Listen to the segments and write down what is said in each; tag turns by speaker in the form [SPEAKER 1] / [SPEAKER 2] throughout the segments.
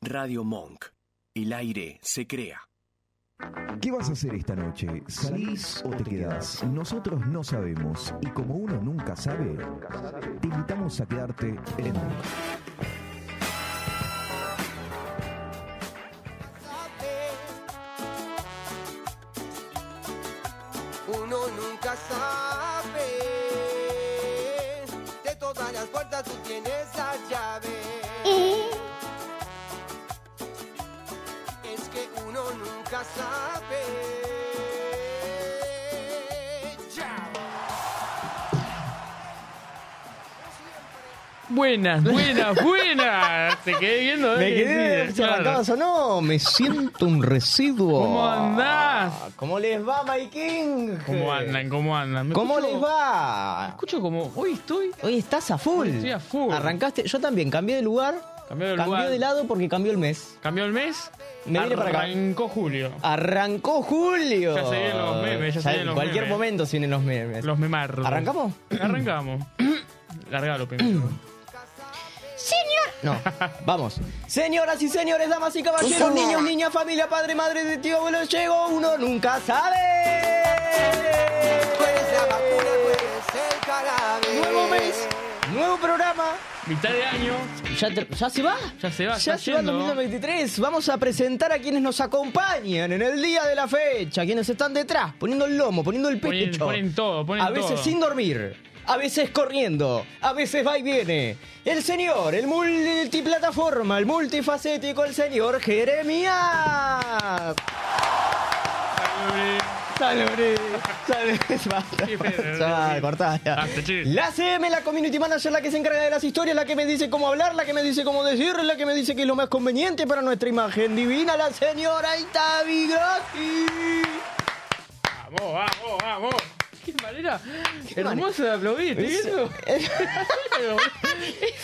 [SPEAKER 1] Radio Monk. El aire se crea.
[SPEAKER 2] ¿Qué vas a hacer esta noche? ¿Salís o te quedás? Nosotros no sabemos y como uno nunca sabe, te invitamos a quedarte en Monk.
[SPEAKER 3] Uno nunca sabe. De todas las puertas tú tienes la llave. Es que uno nunca sabe. Ya.
[SPEAKER 4] Buenas, buenas, buenas. Te quedé viendo.
[SPEAKER 5] Me
[SPEAKER 4] ¿eh?
[SPEAKER 5] quedé pues,
[SPEAKER 4] Sí, claro.
[SPEAKER 5] charlacabas o no, me siento un residuo.
[SPEAKER 4] ¿Cómo andás?
[SPEAKER 5] ¿Cómo les va, Mike King?
[SPEAKER 4] ¿Cómo andan? ¿Cómo andan? Me
[SPEAKER 5] ¿Cómo
[SPEAKER 4] escucho-
[SPEAKER 5] les va?
[SPEAKER 4] Escucho como, hoy estoy.
[SPEAKER 5] Hoy estás a full.
[SPEAKER 4] Hoy estoy a full.
[SPEAKER 5] Arrancaste, yo también cambié de lugar.
[SPEAKER 4] Cambié de
[SPEAKER 5] Cambié
[SPEAKER 4] lugar.
[SPEAKER 5] de lado porque cambió el mes.
[SPEAKER 4] Cambió el mes.
[SPEAKER 5] Me vine para acá.
[SPEAKER 4] Arrancó julio.
[SPEAKER 5] Arrancó julio.
[SPEAKER 4] Ya se vienen los memes, ya se vienen
[SPEAKER 5] en
[SPEAKER 4] los
[SPEAKER 5] cualquier
[SPEAKER 4] memes.
[SPEAKER 5] momento se vienen los memes.
[SPEAKER 4] Los memardos.
[SPEAKER 5] ¿Arrancamos?
[SPEAKER 4] Arrancamos. Largalo primero.
[SPEAKER 5] No, vamos. Señoras y señores, damas y caballeros, niños, niñas, familia, padre, madre, de tío, abuelo, llego, uno nunca sabe.
[SPEAKER 3] Tú eres la vacuna, tú eres el jarabe.
[SPEAKER 5] Nuevo mes, nuevo programa.
[SPEAKER 4] Mitad de año.
[SPEAKER 5] ¿Ya, te- ya se va?
[SPEAKER 4] Ya se va,
[SPEAKER 5] Ya
[SPEAKER 4] está
[SPEAKER 5] se va el
[SPEAKER 4] yendo.
[SPEAKER 5] 2023. Vamos a presentar a quienes nos acompañan en el día de la fecha, quienes están detrás, poniendo el lomo, poniendo el
[SPEAKER 4] Ponen-
[SPEAKER 5] pecho.
[SPEAKER 4] ponen todo, ponen
[SPEAKER 5] A veces
[SPEAKER 4] todo.
[SPEAKER 5] sin dormir, a veces corriendo, a veces va y viene. El señor, el multiplataforma, el multifacético, el señor Jeremías. Salud, salud, basta,
[SPEAKER 4] Sí, Ah,
[SPEAKER 5] basta,
[SPEAKER 4] pero-
[SPEAKER 5] ya, cortá, ya.
[SPEAKER 4] Basta, che.
[SPEAKER 5] La CM, la community manager, la que se encarga de las historias, la que me dice cómo hablar, la que me dice cómo decir, la que me dice que es lo más conveniente para nuestra imagen divina, la señora Itabi Grossi.
[SPEAKER 4] Vamos, vamos, vamos. Qué manera hermosa
[SPEAKER 5] manera.
[SPEAKER 4] de aplaudir. ¿te
[SPEAKER 5] Es-
[SPEAKER 4] vieron? Es
[SPEAKER 5] es-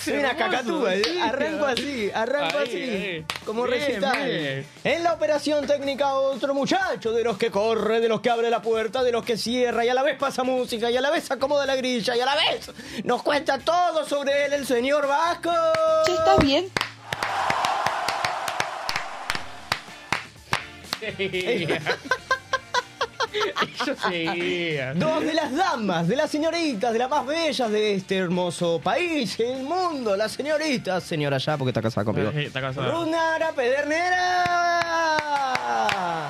[SPEAKER 5] Soy una
[SPEAKER 4] hermoso,
[SPEAKER 5] cacatúa, ¿eh?
[SPEAKER 4] sí.
[SPEAKER 5] arranco así, arranco
[SPEAKER 4] Ahí,
[SPEAKER 5] así,
[SPEAKER 4] ahí.
[SPEAKER 5] como
[SPEAKER 4] Bien,
[SPEAKER 5] recital.
[SPEAKER 4] bien.
[SPEAKER 5] En la operación técnica otro muchacho de los que corre, de los que abre la puerta, de los que cierra y a la vez pasa música y a la vez acomoda la grilla y a la vez nos cuenta todo sobre él el señor Vasco.
[SPEAKER 6] Che, ¿estás bien?
[SPEAKER 4] Seguía. Yo seguía.
[SPEAKER 5] Dos de las damas, de las señoritas, de las más bellas de este hermoso país, el mundo, las señoritas, señora ya, porque está casada conmigo.
[SPEAKER 4] Sí, está casada.
[SPEAKER 5] Runara Pedernera.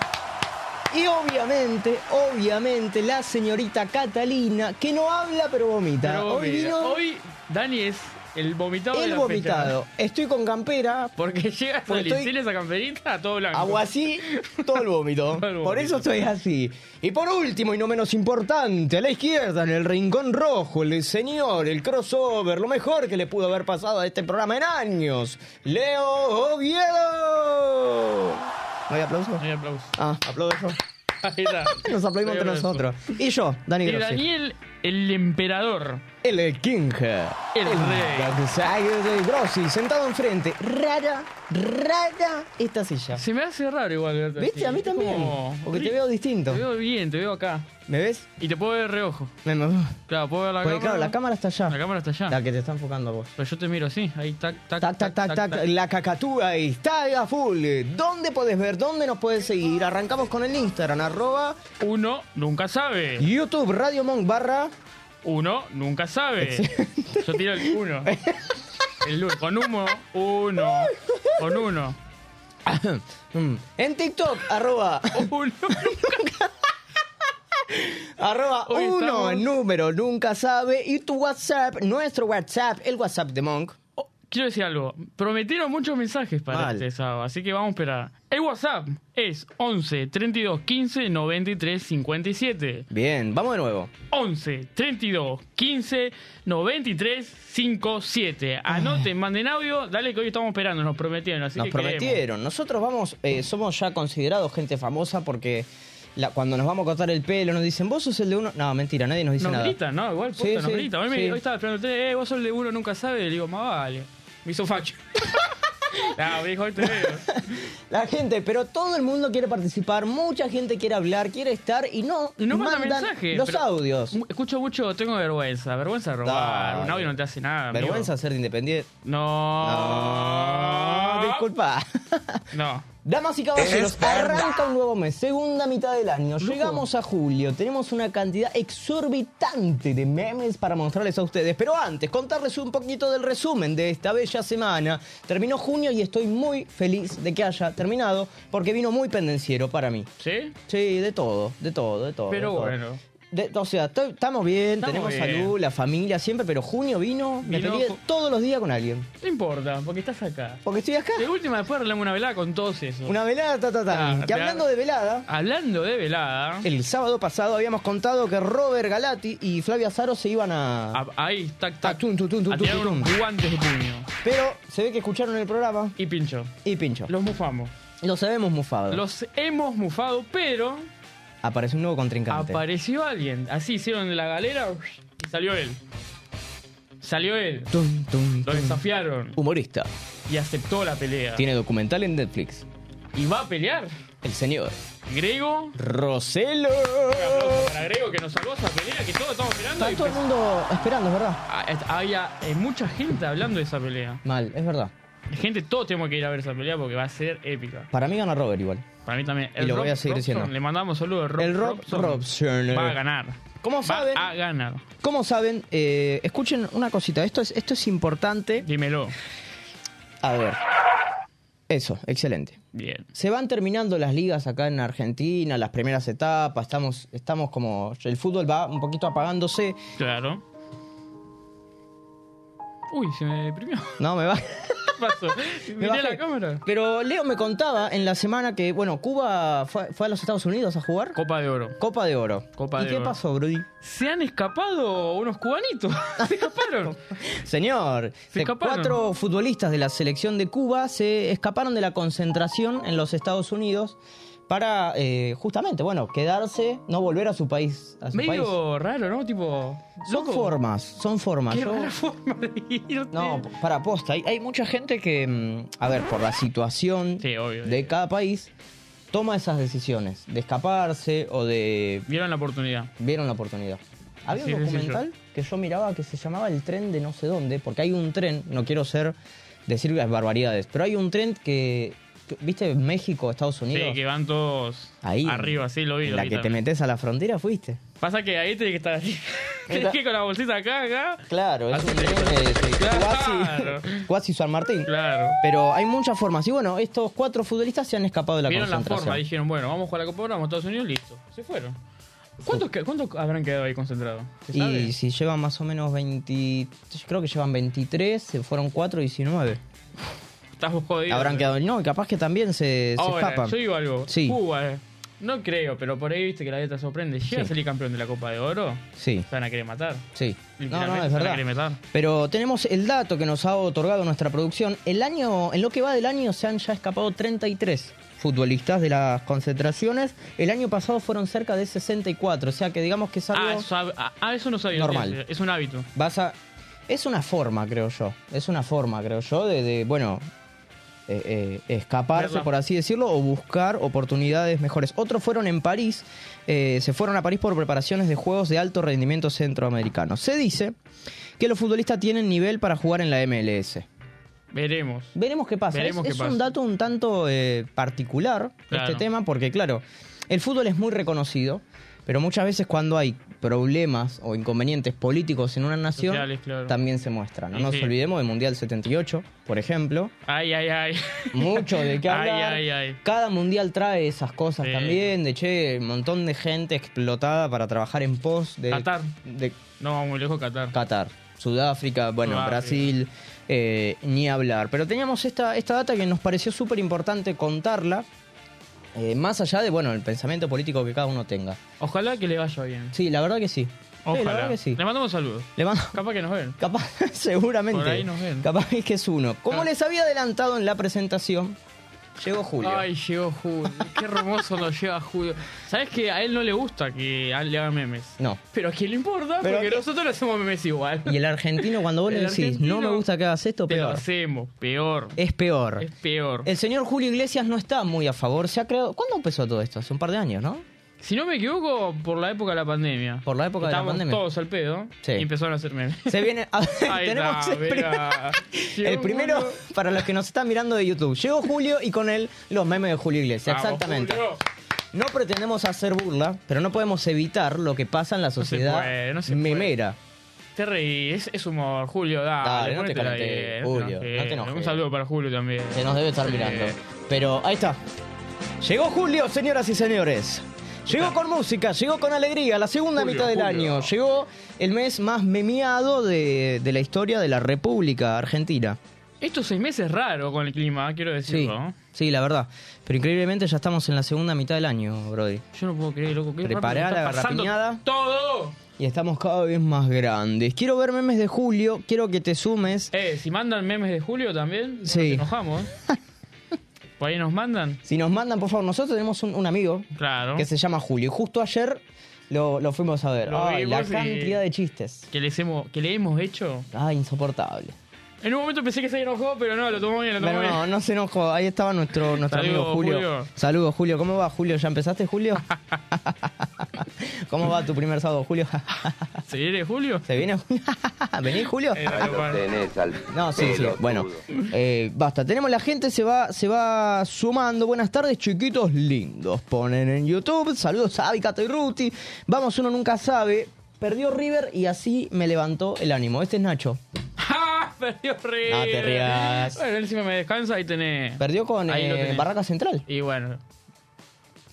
[SPEAKER 5] Y obviamente, obviamente, la señorita Catalina, que no habla pero vomita.
[SPEAKER 4] Pero
[SPEAKER 5] Hoy
[SPEAKER 4] mira,
[SPEAKER 5] vino
[SPEAKER 4] hoy Dani es el vomitado de
[SPEAKER 5] el
[SPEAKER 4] la
[SPEAKER 5] vomitado.
[SPEAKER 4] fecha.
[SPEAKER 5] Estoy con campera,
[SPEAKER 4] Porque llegas
[SPEAKER 5] Porque
[SPEAKER 4] al
[SPEAKER 5] estoy-
[SPEAKER 4] incendio esa camperita todo blanco.
[SPEAKER 5] Hago así, todo el vómito.
[SPEAKER 4] Todo el
[SPEAKER 5] Por
[SPEAKER 4] vómito.
[SPEAKER 5] eso estoy así. Y por último y no menos importante, a la izquierda, en el rincón rojo, el señor, el crossover, lo mejor que le pudo haber pasado a este programa en años, Leo Oviedo. ¿No hay aplauso?
[SPEAKER 4] No hay aplauso.
[SPEAKER 5] Ah, aplaudo yo.
[SPEAKER 4] Ahí está.
[SPEAKER 5] Nos aplaudimos
[SPEAKER 4] Hay
[SPEAKER 5] entre
[SPEAKER 4] aplauso.
[SPEAKER 5] nosotros. Y yo, Dani
[SPEAKER 4] Y
[SPEAKER 5] Grossi.
[SPEAKER 4] Daniel, el emperador.
[SPEAKER 5] El King.
[SPEAKER 4] El rey.
[SPEAKER 5] Daniel de Grossi, sentado enfrente. Rara, rara esta silla.
[SPEAKER 4] Se me hace raro igual verte
[SPEAKER 5] ¿Viste?
[SPEAKER 4] así.
[SPEAKER 5] A mí
[SPEAKER 4] Es
[SPEAKER 5] también.
[SPEAKER 4] como-
[SPEAKER 5] Porque te veo distinto.
[SPEAKER 4] Te veo bien, te veo acá.
[SPEAKER 5] ¿Me ves?
[SPEAKER 4] Y te puedo ver de reojo.
[SPEAKER 5] Me- me-
[SPEAKER 4] Claro, puedo ver la
[SPEAKER 5] Porque
[SPEAKER 4] cámara.
[SPEAKER 5] claro, la cámara está allá.
[SPEAKER 4] La cámara está allá.
[SPEAKER 5] La que te está enfocando a vos.
[SPEAKER 4] Pero yo te miro así, ahí tac, tac,
[SPEAKER 5] Tac, tac, tac, tac, la cacatúa ahí está a full. ¿Dónde podés ver? ¿Dónde nos podés seguir? Arrancamos con el Instagram, arroba
[SPEAKER 4] Uno nunca sabe.
[SPEAKER 5] YouTube Radio Monk barra.
[SPEAKER 4] Uno nunca sabe.
[SPEAKER 5] Excelente.
[SPEAKER 4] Yo tiro el uno. El uno. Con humo, uno. Con uno.
[SPEAKER 5] Mm. En TikTok, arroba.
[SPEAKER 4] Uno.
[SPEAKER 5] Arroba
[SPEAKER 4] Hoy
[SPEAKER 5] uno
[SPEAKER 4] estamos-
[SPEAKER 5] el número, nunca sabe. Y tu WhatsApp, nuestro WhatsApp, el WhatsApp de Monk.
[SPEAKER 4] Oh, Quiero decir algo. Prometieron muchos mensajes para
[SPEAKER 5] Mal.
[SPEAKER 4] este sábado, así que vamos a esperar. El WhatsApp es 11 32 15 93 57.
[SPEAKER 5] Bien, vamos de nuevo.
[SPEAKER 4] 11 32 15 93 57. Anoten, manden audio. Dale que hoy estamos esperando, nos prometieron. Así
[SPEAKER 5] nos
[SPEAKER 4] que queremos.
[SPEAKER 5] prometieron. Nosotros vamos, eh, somos ya considerados gente famosa porque la- cuando nos vamos a cortar el pelo nos dicen, vos sos el de uno. No, mentira, nadie nos dice
[SPEAKER 4] Nos
[SPEAKER 5] nada.
[SPEAKER 4] gritan, ¿no? Igual, posta,
[SPEAKER 5] Sí,
[SPEAKER 4] nos
[SPEAKER 5] sí,
[SPEAKER 4] gritan. Hoy, me-
[SPEAKER 5] sí.
[SPEAKER 4] hoy estaba esperando, eh, vos sos el de uno, nunca sabe. Le digo, más vale. Me hizo facho. No, viejo, hoy te veo.
[SPEAKER 5] La gente, pero todo el mundo quiere participar, mucha gente quiere hablar, quiere estar y no,
[SPEAKER 4] Y no manda
[SPEAKER 5] mandan
[SPEAKER 4] mensaje,
[SPEAKER 5] los
[SPEAKER 4] pero-
[SPEAKER 5] audios.
[SPEAKER 4] Mu- Escucho mucho, tengo vergüenza. Vergüenza de robar.
[SPEAKER 5] Dale.
[SPEAKER 4] Un audio no te hace nada. amigo. Ah.
[SPEAKER 5] Vergüenza ser independiente.
[SPEAKER 4] No.
[SPEAKER 5] No, disculpa.
[SPEAKER 4] No.
[SPEAKER 5] Damas y caballeros, arranca un nuevo mes, segunda mitad del año. Llegamos a julio, tenemos una cantidad exorbitante de memes para mostrarles a ustedes. Pero antes, contarles un poquito del resumen de esta bella semana. Terminó junio y estoy muy feliz de que haya terminado, porque vino muy pendenciero para mí.
[SPEAKER 4] ¿Sí?
[SPEAKER 5] Sí, de todo, de todo, de todo.
[SPEAKER 4] Pero
[SPEAKER 5] de todo.
[SPEAKER 4] bueno.
[SPEAKER 5] De- o sea, to- estamos bien,
[SPEAKER 4] Estamos
[SPEAKER 5] tenemos
[SPEAKER 4] bien.
[SPEAKER 5] salud, la familia siempre, pero junio vino, me
[SPEAKER 4] Vino
[SPEAKER 5] peleé
[SPEAKER 4] ju-
[SPEAKER 5] todos los días con alguien.
[SPEAKER 4] No importa, porque estás acá.
[SPEAKER 5] Porque estoy acá.
[SPEAKER 4] De última, después arreglamos una velada con todos esos.
[SPEAKER 5] Una velada, ta, ta, ta.
[SPEAKER 4] Ah,
[SPEAKER 5] que
[SPEAKER 4] te-
[SPEAKER 5] hablando de velada,
[SPEAKER 4] Hablando de velada.
[SPEAKER 5] el sábado pasado habíamos contado que Robert Galati y Flavia Zaro se iban a...
[SPEAKER 4] a- ahí, tac,
[SPEAKER 5] a
[SPEAKER 4] tac.
[SPEAKER 5] tun, tun, tun, tun,
[SPEAKER 4] A tirar
[SPEAKER 5] tun,
[SPEAKER 4] unos
[SPEAKER 5] tun.
[SPEAKER 4] guantes de puño.
[SPEAKER 5] Pero se ve que escucharon el programa
[SPEAKER 4] Y pincho.
[SPEAKER 5] y pincho.
[SPEAKER 4] Los mufamos.
[SPEAKER 5] Los sabemos mufado.
[SPEAKER 4] Los hemos mufado, pero
[SPEAKER 5] Aparece un nuevo contrincante.
[SPEAKER 4] apareció alguien. Así hicieron la galera y salió él. Salió él.
[SPEAKER 5] Tun, tun,
[SPEAKER 4] Lo
[SPEAKER 5] tun.
[SPEAKER 4] desafiaron
[SPEAKER 5] Humorista.
[SPEAKER 4] y aceptó la pelea.
[SPEAKER 5] Tiene documental en Netflix.
[SPEAKER 4] Y va a pelear.
[SPEAKER 5] El señor Roselo.
[SPEAKER 4] Grego. Un aplauso para Grego que nos salvó esa pelea que todos estamos esperando.
[SPEAKER 5] Está
[SPEAKER 4] y
[SPEAKER 5] todo el
[SPEAKER 4] pues-
[SPEAKER 5] mundo esperando, es verdad.
[SPEAKER 4] Ah, es- Había eh, mucha gente hablando de esa pelea.
[SPEAKER 5] Mal, es verdad.
[SPEAKER 4] Gente, todos tenemos que ir a ver esa pelea porque va a ser épica.
[SPEAKER 5] Para mí gana Robert igual.
[SPEAKER 4] Para mí también.
[SPEAKER 5] Y lo voy a seguir
[SPEAKER 4] Robson,
[SPEAKER 5] diciendo.
[SPEAKER 4] Le mandamos saludos. Rob
[SPEAKER 5] El Rob
[SPEAKER 4] Robson
[SPEAKER 5] Robson.
[SPEAKER 4] Va a ganar.
[SPEAKER 5] ¿Cómo
[SPEAKER 4] Va
[SPEAKER 5] saben?
[SPEAKER 4] a ganar.
[SPEAKER 5] Como saben, eh, escuchen una cosita. Esto es, esto es importante.
[SPEAKER 4] Dímelo.
[SPEAKER 5] A ver. Eso, excelente.
[SPEAKER 4] Bien.
[SPEAKER 5] Se van terminando las ligas acá en Argentina, las primeras etapas, estamos, estamos como. El fútbol va un poquito apagándose.
[SPEAKER 4] Claro. Uy, se me deprimió.
[SPEAKER 5] No, me va.
[SPEAKER 4] ¿Qué pasó?
[SPEAKER 5] me
[SPEAKER 4] Miré
[SPEAKER 5] bajé.
[SPEAKER 4] la cámara.
[SPEAKER 5] Pero Leo me contaba en la semana que, bueno, Cuba fue, fue a los Estados Unidos a jugar.
[SPEAKER 4] Copa de oro.
[SPEAKER 5] Copa de Oro.
[SPEAKER 4] Copa
[SPEAKER 5] ¿Y
[SPEAKER 4] de
[SPEAKER 5] qué
[SPEAKER 4] Oro.
[SPEAKER 5] pasó, Brody?
[SPEAKER 4] Se han escapado unos cubanitos. Se escaparon.
[SPEAKER 5] Señor,
[SPEAKER 4] Se
[SPEAKER 5] de
[SPEAKER 4] escaparon.
[SPEAKER 5] cuatro futbolistas de la selección de Cuba se escaparon de la concentración en los Estados Unidos para eh, justamente, bueno, quedarse, no volver a su país. A su país.
[SPEAKER 4] Medio raro, ¿no? Tipo.
[SPEAKER 5] Son
[SPEAKER 4] loco,
[SPEAKER 5] formas, son formas.
[SPEAKER 4] Qué
[SPEAKER 5] Yo-
[SPEAKER 4] rara forma de irte.
[SPEAKER 5] No, para posta, hay, hay mucha gente que, mm, a ver, por la situación
[SPEAKER 4] Sí, obvio,
[SPEAKER 5] de
[SPEAKER 4] obvio.
[SPEAKER 5] cada país, toma esas decisiones, de escaparse o de...
[SPEAKER 4] Vieron la oportunidad.
[SPEAKER 5] Vieron la oportunidad. Había
[SPEAKER 4] Sí,
[SPEAKER 5] un
[SPEAKER 4] sí, sí,
[SPEAKER 5] documental que yo miraba que se llamaba El tren de no sé dónde, porque hay un tren, no quiero ser, decir las barbaridades, pero hay un tren que, que- ¿viste? México, Estados Unidos.
[SPEAKER 4] Sí, que van todos
[SPEAKER 5] Ahí.
[SPEAKER 4] arriba, sí, lo vi.
[SPEAKER 5] en
[SPEAKER 4] lo
[SPEAKER 5] la
[SPEAKER 4] vi
[SPEAKER 5] que te
[SPEAKER 4] también.
[SPEAKER 5] metes a la frontera fuiste.
[SPEAKER 4] Pasa que ahí tenés que estar así. tenés que ir con la bolsita acá, acá.
[SPEAKER 5] Claro, es
[SPEAKER 4] Así
[SPEAKER 5] un
[SPEAKER 4] te-
[SPEAKER 5] tren de- de-
[SPEAKER 4] Claro.
[SPEAKER 5] cuasi, cuasi San Martín.
[SPEAKER 4] Claro.
[SPEAKER 5] Pero hay muchas formas. Y bueno, estos cuatro futbolistas se han escapado de la
[SPEAKER 4] Vieron la
[SPEAKER 5] concentración.
[SPEAKER 4] forma, dijeron, bueno, vamos a jugar la Copa Oro, vamos a Estados Unidos, listo. Se fueron. ¿Cuántos, que- cuántos habrán quedado ahí concentrados? ¿Se sabe?
[SPEAKER 5] y si llevan más o menos 20... yo Creo que llevan 23, se fueron 4, 19.
[SPEAKER 4] Estás vos jodido.
[SPEAKER 5] Habrán quedado... No, y capaz que también se, se
[SPEAKER 4] Ahora,
[SPEAKER 5] escapan.
[SPEAKER 4] yo digo algo.
[SPEAKER 5] Sí.
[SPEAKER 4] Cuba, eh, no creo, pero por ahí viste que la dieta sorprende. Llega a
[SPEAKER 5] Sí.
[SPEAKER 4] salir campeón de la Copa de Oro,
[SPEAKER 5] Sí,
[SPEAKER 4] se van a querer matar.
[SPEAKER 5] sí. No, no,
[SPEAKER 4] Literalmente se van
[SPEAKER 5] es
[SPEAKER 4] a
[SPEAKER 5] verdad.
[SPEAKER 4] querer matar.
[SPEAKER 5] Pero tenemos el dato que nos ha otorgado nuestra producción. El año, en lo que va del año se han ya escapado 33 futbolistas de las concentraciones. El año pasado fueron cerca de 64. O sea que digamos que es algo...
[SPEAKER 4] Ah, eso, sab- ah, ah, eso no sabía.
[SPEAKER 5] Normal.
[SPEAKER 4] sí, Es un hábito.
[SPEAKER 5] vas a. Es una forma, creo yo. Es una forma, creo yo, de, de, bueno, eh, eh, escaparse,
[SPEAKER 4] Verla.
[SPEAKER 5] por así decirlo, o buscar oportunidades mejores. Otros fueron en París, eh, se fueron a París por preparaciones de juegos de alto rendimiento centroamericano. Se dice que los futbolistas tienen nivel para jugar en la MLS.
[SPEAKER 4] Veremos.
[SPEAKER 5] Veremos qué pasa.
[SPEAKER 4] Veremos
[SPEAKER 5] es
[SPEAKER 4] qué
[SPEAKER 5] es
[SPEAKER 4] pasa.
[SPEAKER 5] un dato un tanto eh, particular
[SPEAKER 4] Claro.
[SPEAKER 5] este tema, porque claro, el fútbol es muy reconocido, pero muchas veces cuando hay problemas o inconvenientes políticos en una nación,
[SPEAKER 4] Sociales, claro.
[SPEAKER 5] también se muestran. No
[SPEAKER 4] Y
[SPEAKER 5] nos
[SPEAKER 4] sí.
[SPEAKER 5] olvidemos del Mundial 78, por ejemplo.
[SPEAKER 4] Ay, ay, ay.
[SPEAKER 5] Mucho de qué
[SPEAKER 4] Ay,
[SPEAKER 5] hablar.
[SPEAKER 4] ay, ay.
[SPEAKER 5] Cada mundial trae esas cosas
[SPEAKER 4] Sí.
[SPEAKER 5] también, de che, un montón de gente explotada para trabajar en pos de
[SPEAKER 4] Qatar.
[SPEAKER 5] de
[SPEAKER 4] No, vamos muy lejos Qatar.
[SPEAKER 5] Qatar, Sudáfrica, bueno,
[SPEAKER 4] Sudáfrica.
[SPEAKER 5] Brasil, eh, ni hablar. Pero teníamos esta, esta data que nos pareció súper importante contarla, eh, más allá de, bueno, el pensamiento político que cada uno tenga.
[SPEAKER 4] Ojalá que le vaya bien.
[SPEAKER 5] Sí, la verdad que sí. Sí, la
[SPEAKER 4] Ojalá.
[SPEAKER 5] verdad que sí.
[SPEAKER 4] Le mandamos saludos.
[SPEAKER 5] Le mando...
[SPEAKER 4] Capaz que nos ven.
[SPEAKER 5] Capaz, seguramente.
[SPEAKER 4] Por ahí nos ven.
[SPEAKER 5] Capaz que es uno. Como
[SPEAKER 4] Ah.
[SPEAKER 5] les había adelantado en la presentación, Llegó Julio.
[SPEAKER 4] Ay, llegó Julio. Qué hermoso nos lleva Julio. Sabes que a él no le gusta que a- le hagan memes.
[SPEAKER 5] No.
[SPEAKER 4] Pero a quién le importa,
[SPEAKER 5] Pero
[SPEAKER 4] porque
[SPEAKER 5] que-
[SPEAKER 4] nosotros le hacemos memes igual.
[SPEAKER 5] Y el argentino, cuando vos le
[SPEAKER 4] El
[SPEAKER 5] decís,
[SPEAKER 4] argentino
[SPEAKER 5] no me gusta que hagas esto,
[SPEAKER 4] Te lo
[SPEAKER 5] peor.
[SPEAKER 4] hacemos, peor.
[SPEAKER 5] Es peor.
[SPEAKER 4] Es peor.
[SPEAKER 5] El señor Julio Iglesias no está muy a favor. Se ha creado. ¿Cuándo empezó todo esto? Hace un par de años, ¿no?
[SPEAKER 4] Si no me equivoco, por la época de la pandemia.
[SPEAKER 5] Por la época de la
[SPEAKER 4] Estábamos
[SPEAKER 5] pandemia.
[SPEAKER 4] todos al pedo
[SPEAKER 5] Sí.
[SPEAKER 4] y empezaron a hacer memes.
[SPEAKER 5] Se viene.
[SPEAKER 4] Ahí está,
[SPEAKER 5] tenemos el primer-
[SPEAKER 4] mirá. Llegó
[SPEAKER 5] El primero,
[SPEAKER 4] Julio.
[SPEAKER 5] para los que nos están mirando de YouTube, llegó Julio y con él los memes de Julio Iglesias.
[SPEAKER 4] Vamos,
[SPEAKER 5] Exactamente.
[SPEAKER 4] Julio.
[SPEAKER 5] No pretendemos hacer burla, pero no podemos evitar lo que pasa en la
[SPEAKER 4] se
[SPEAKER 5] sociedad
[SPEAKER 4] puede, no se puede.
[SPEAKER 5] memera.
[SPEAKER 4] Te reí, es, es humor, Julio, dale.
[SPEAKER 5] Dale, no te
[SPEAKER 4] ponete la
[SPEAKER 5] calentés,
[SPEAKER 4] bien,
[SPEAKER 5] Julio,
[SPEAKER 4] enojes.
[SPEAKER 5] no te enojes.
[SPEAKER 4] Un saludo para Julio también.
[SPEAKER 5] Se nos debe estar
[SPEAKER 4] Sí.
[SPEAKER 5] mirando. Pero ahí está. Llegó Julio, señoras y señores. Llegó con música, llegó con alegría, la segunda
[SPEAKER 4] Julio,
[SPEAKER 5] mitad del
[SPEAKER 4] Julio.
[SPEAKER 5] año. Llegó el mes más memeado de, de la historia de la República Argentina.
[SPEAKER 4] Estos seis meses es raro con el clima, quiero
[SPEAKER 5] Sí,
[SPEAKER 4] decirlo.
[SPEAKER 5] sí, la verdad. Pero increíblemente ya estamos en la segunda mitad del año, Brody.
[SPEAKER 4] Yo no puedo creer, loco. qué rápido
[SPEAKER 5] Prepará
[SPEAKER 4] está
[SPEAKER 5] la
[SPEAKER 4] pasando
[SPEAKER 5] garrapiñada.
[SPEAKER 4] ¡Todo!
[SPEAKER 5] Y estamos cada vez más grandes. Quiero ver memes de Julio, quiero que te sumes.
[SPEAKER 4] Eh, si mandan memes de Julio también,
[SPEAKER 5] Sí.
[SPEAKER 4] nos enojamos. ¿eh? Por ahí nos mandan.
[SPEAKER 5] Si nos mandan, por favor, nosotros tenemos un, un amigo
[SPEAKER 4] Claro.
[SPEAKER 5] que se llama Julio. Y justo ayer lo, lo fuimos a ver.
[SPEAKER 4] Lo
[SPEAKER 5] Ay, la
[SPEAKER 4] vimos y-
[SPEAKER 5] cantidad de chistes.
[SPEAKER 4] Que, les hemos, que le hemos hecho.
[SPEAKER 5] Ah, insoportable.
[SPEAKER 4] En un momento pensé que se enojó, pero no, lo tomó bien, lo tomó
[SPEAKER 5] Pero
[SPEAKER 4] bien.
[SPEAKER 5] no, no se enojó. Ahí estaba nuestro, nuestro
[SPEAKER 4] Saludos,
[SPEAKER 5] amigo Julio.
[SPEAKER 4] Julio.
[SPEAKER 5] Saludos, Julio. ¿Cómo va, Julio? ¿Ya empezaste, Julio? ¿Cómo va tu primer sábado, Julio?
[SPEAKER 4] ¿Se viene Julio?
[SPEAKER 5] ¿Se viene? Julio? ¿Venís, Julio?
[SPEAKER 4] Eh, no, no, no.
[SPEAKER 5] No, sí, sí. Bueno, eh, basta. Tenemos la gente, se va, se va sumando. Buenas tardes, chiquitos lindos. Ponen en YouTube. Saludos a Avi, Cato y Ruti. Vamos, uno nunca sabe. Perdió River y así me levantó el ánimo. Este es Nacho.
[SPEAKER 4] ¡Ah! Perdió River.
[SPEAKER 5] No te rías.
[SPEAKER 4] Bueno, encima me descansa, ahí tenés.
[SPEAKER 5] Perdió con
[SPEAKER 4] Ahí
[SPEAKER 5] eh,
[SPEAKER 4] lo tenés.
[SPEAKER 5] Barraca Central.
[SPEAKER 4] Y bueno,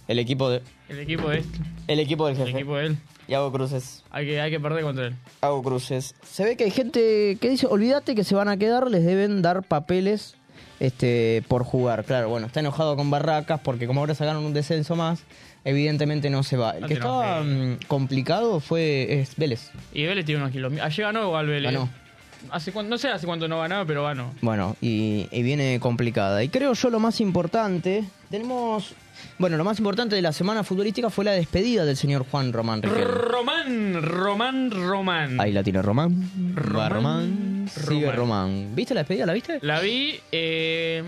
[SPEAKER 5] El equipo, de,
[SPEAKER 4] el equipo de este,
[SPEAKER 5] el equipo del
[SPEAKER 4] el
[SPEAKER 5] jefe.
[SPEAKER 4] equipo de él.
[SPEAKER 5] Y hago cruces.
[SPEAKER 4] Hay que, hay que perder contra él.
[SPEAKER 5] Hago cruces. Se ve que hay gente que dice, olvídate que se van a quedar, les deben dar papeles este, por jugar. Claro, bueno, está enojado con Barracas porque como ahora sacaron un descenso más, evidentemente no se va. El
[SPEAKER 4] No
[SPEAKER 5] que
[SPEAKER 4] te
[SPEAKER 5] estaba mm, complicado fue es Vélez.
[SPEAKER 4] Y Vélez tiene unos kilos. Ayer ganó igual Vélez.
[SPEAKER 5] Ganó.
[SPEAKER 4] Hace cuan- no sé hace cuánto no ganaba, pero ganó.
[SPEAKER 5] Bueno, y, y viene complicada. Y creo yo lo más importante, tenemos... Bueno, lo más importante de la semana futbolística fue la despedida del señor Juan Román Riquelme.
[SPEAKER 4] Román, Román, Román.
[SPEAKER 5] Ahí la tiene Román.
[SPEAKER 4] Román,
[SPEAKER 5] Va Román. Sigue
[SPEAKER 4] Román.
[SPEAKER 5] Román. ¿Viste la despedida? ¿La viste?
[SPEAKER 4] La vi. eh,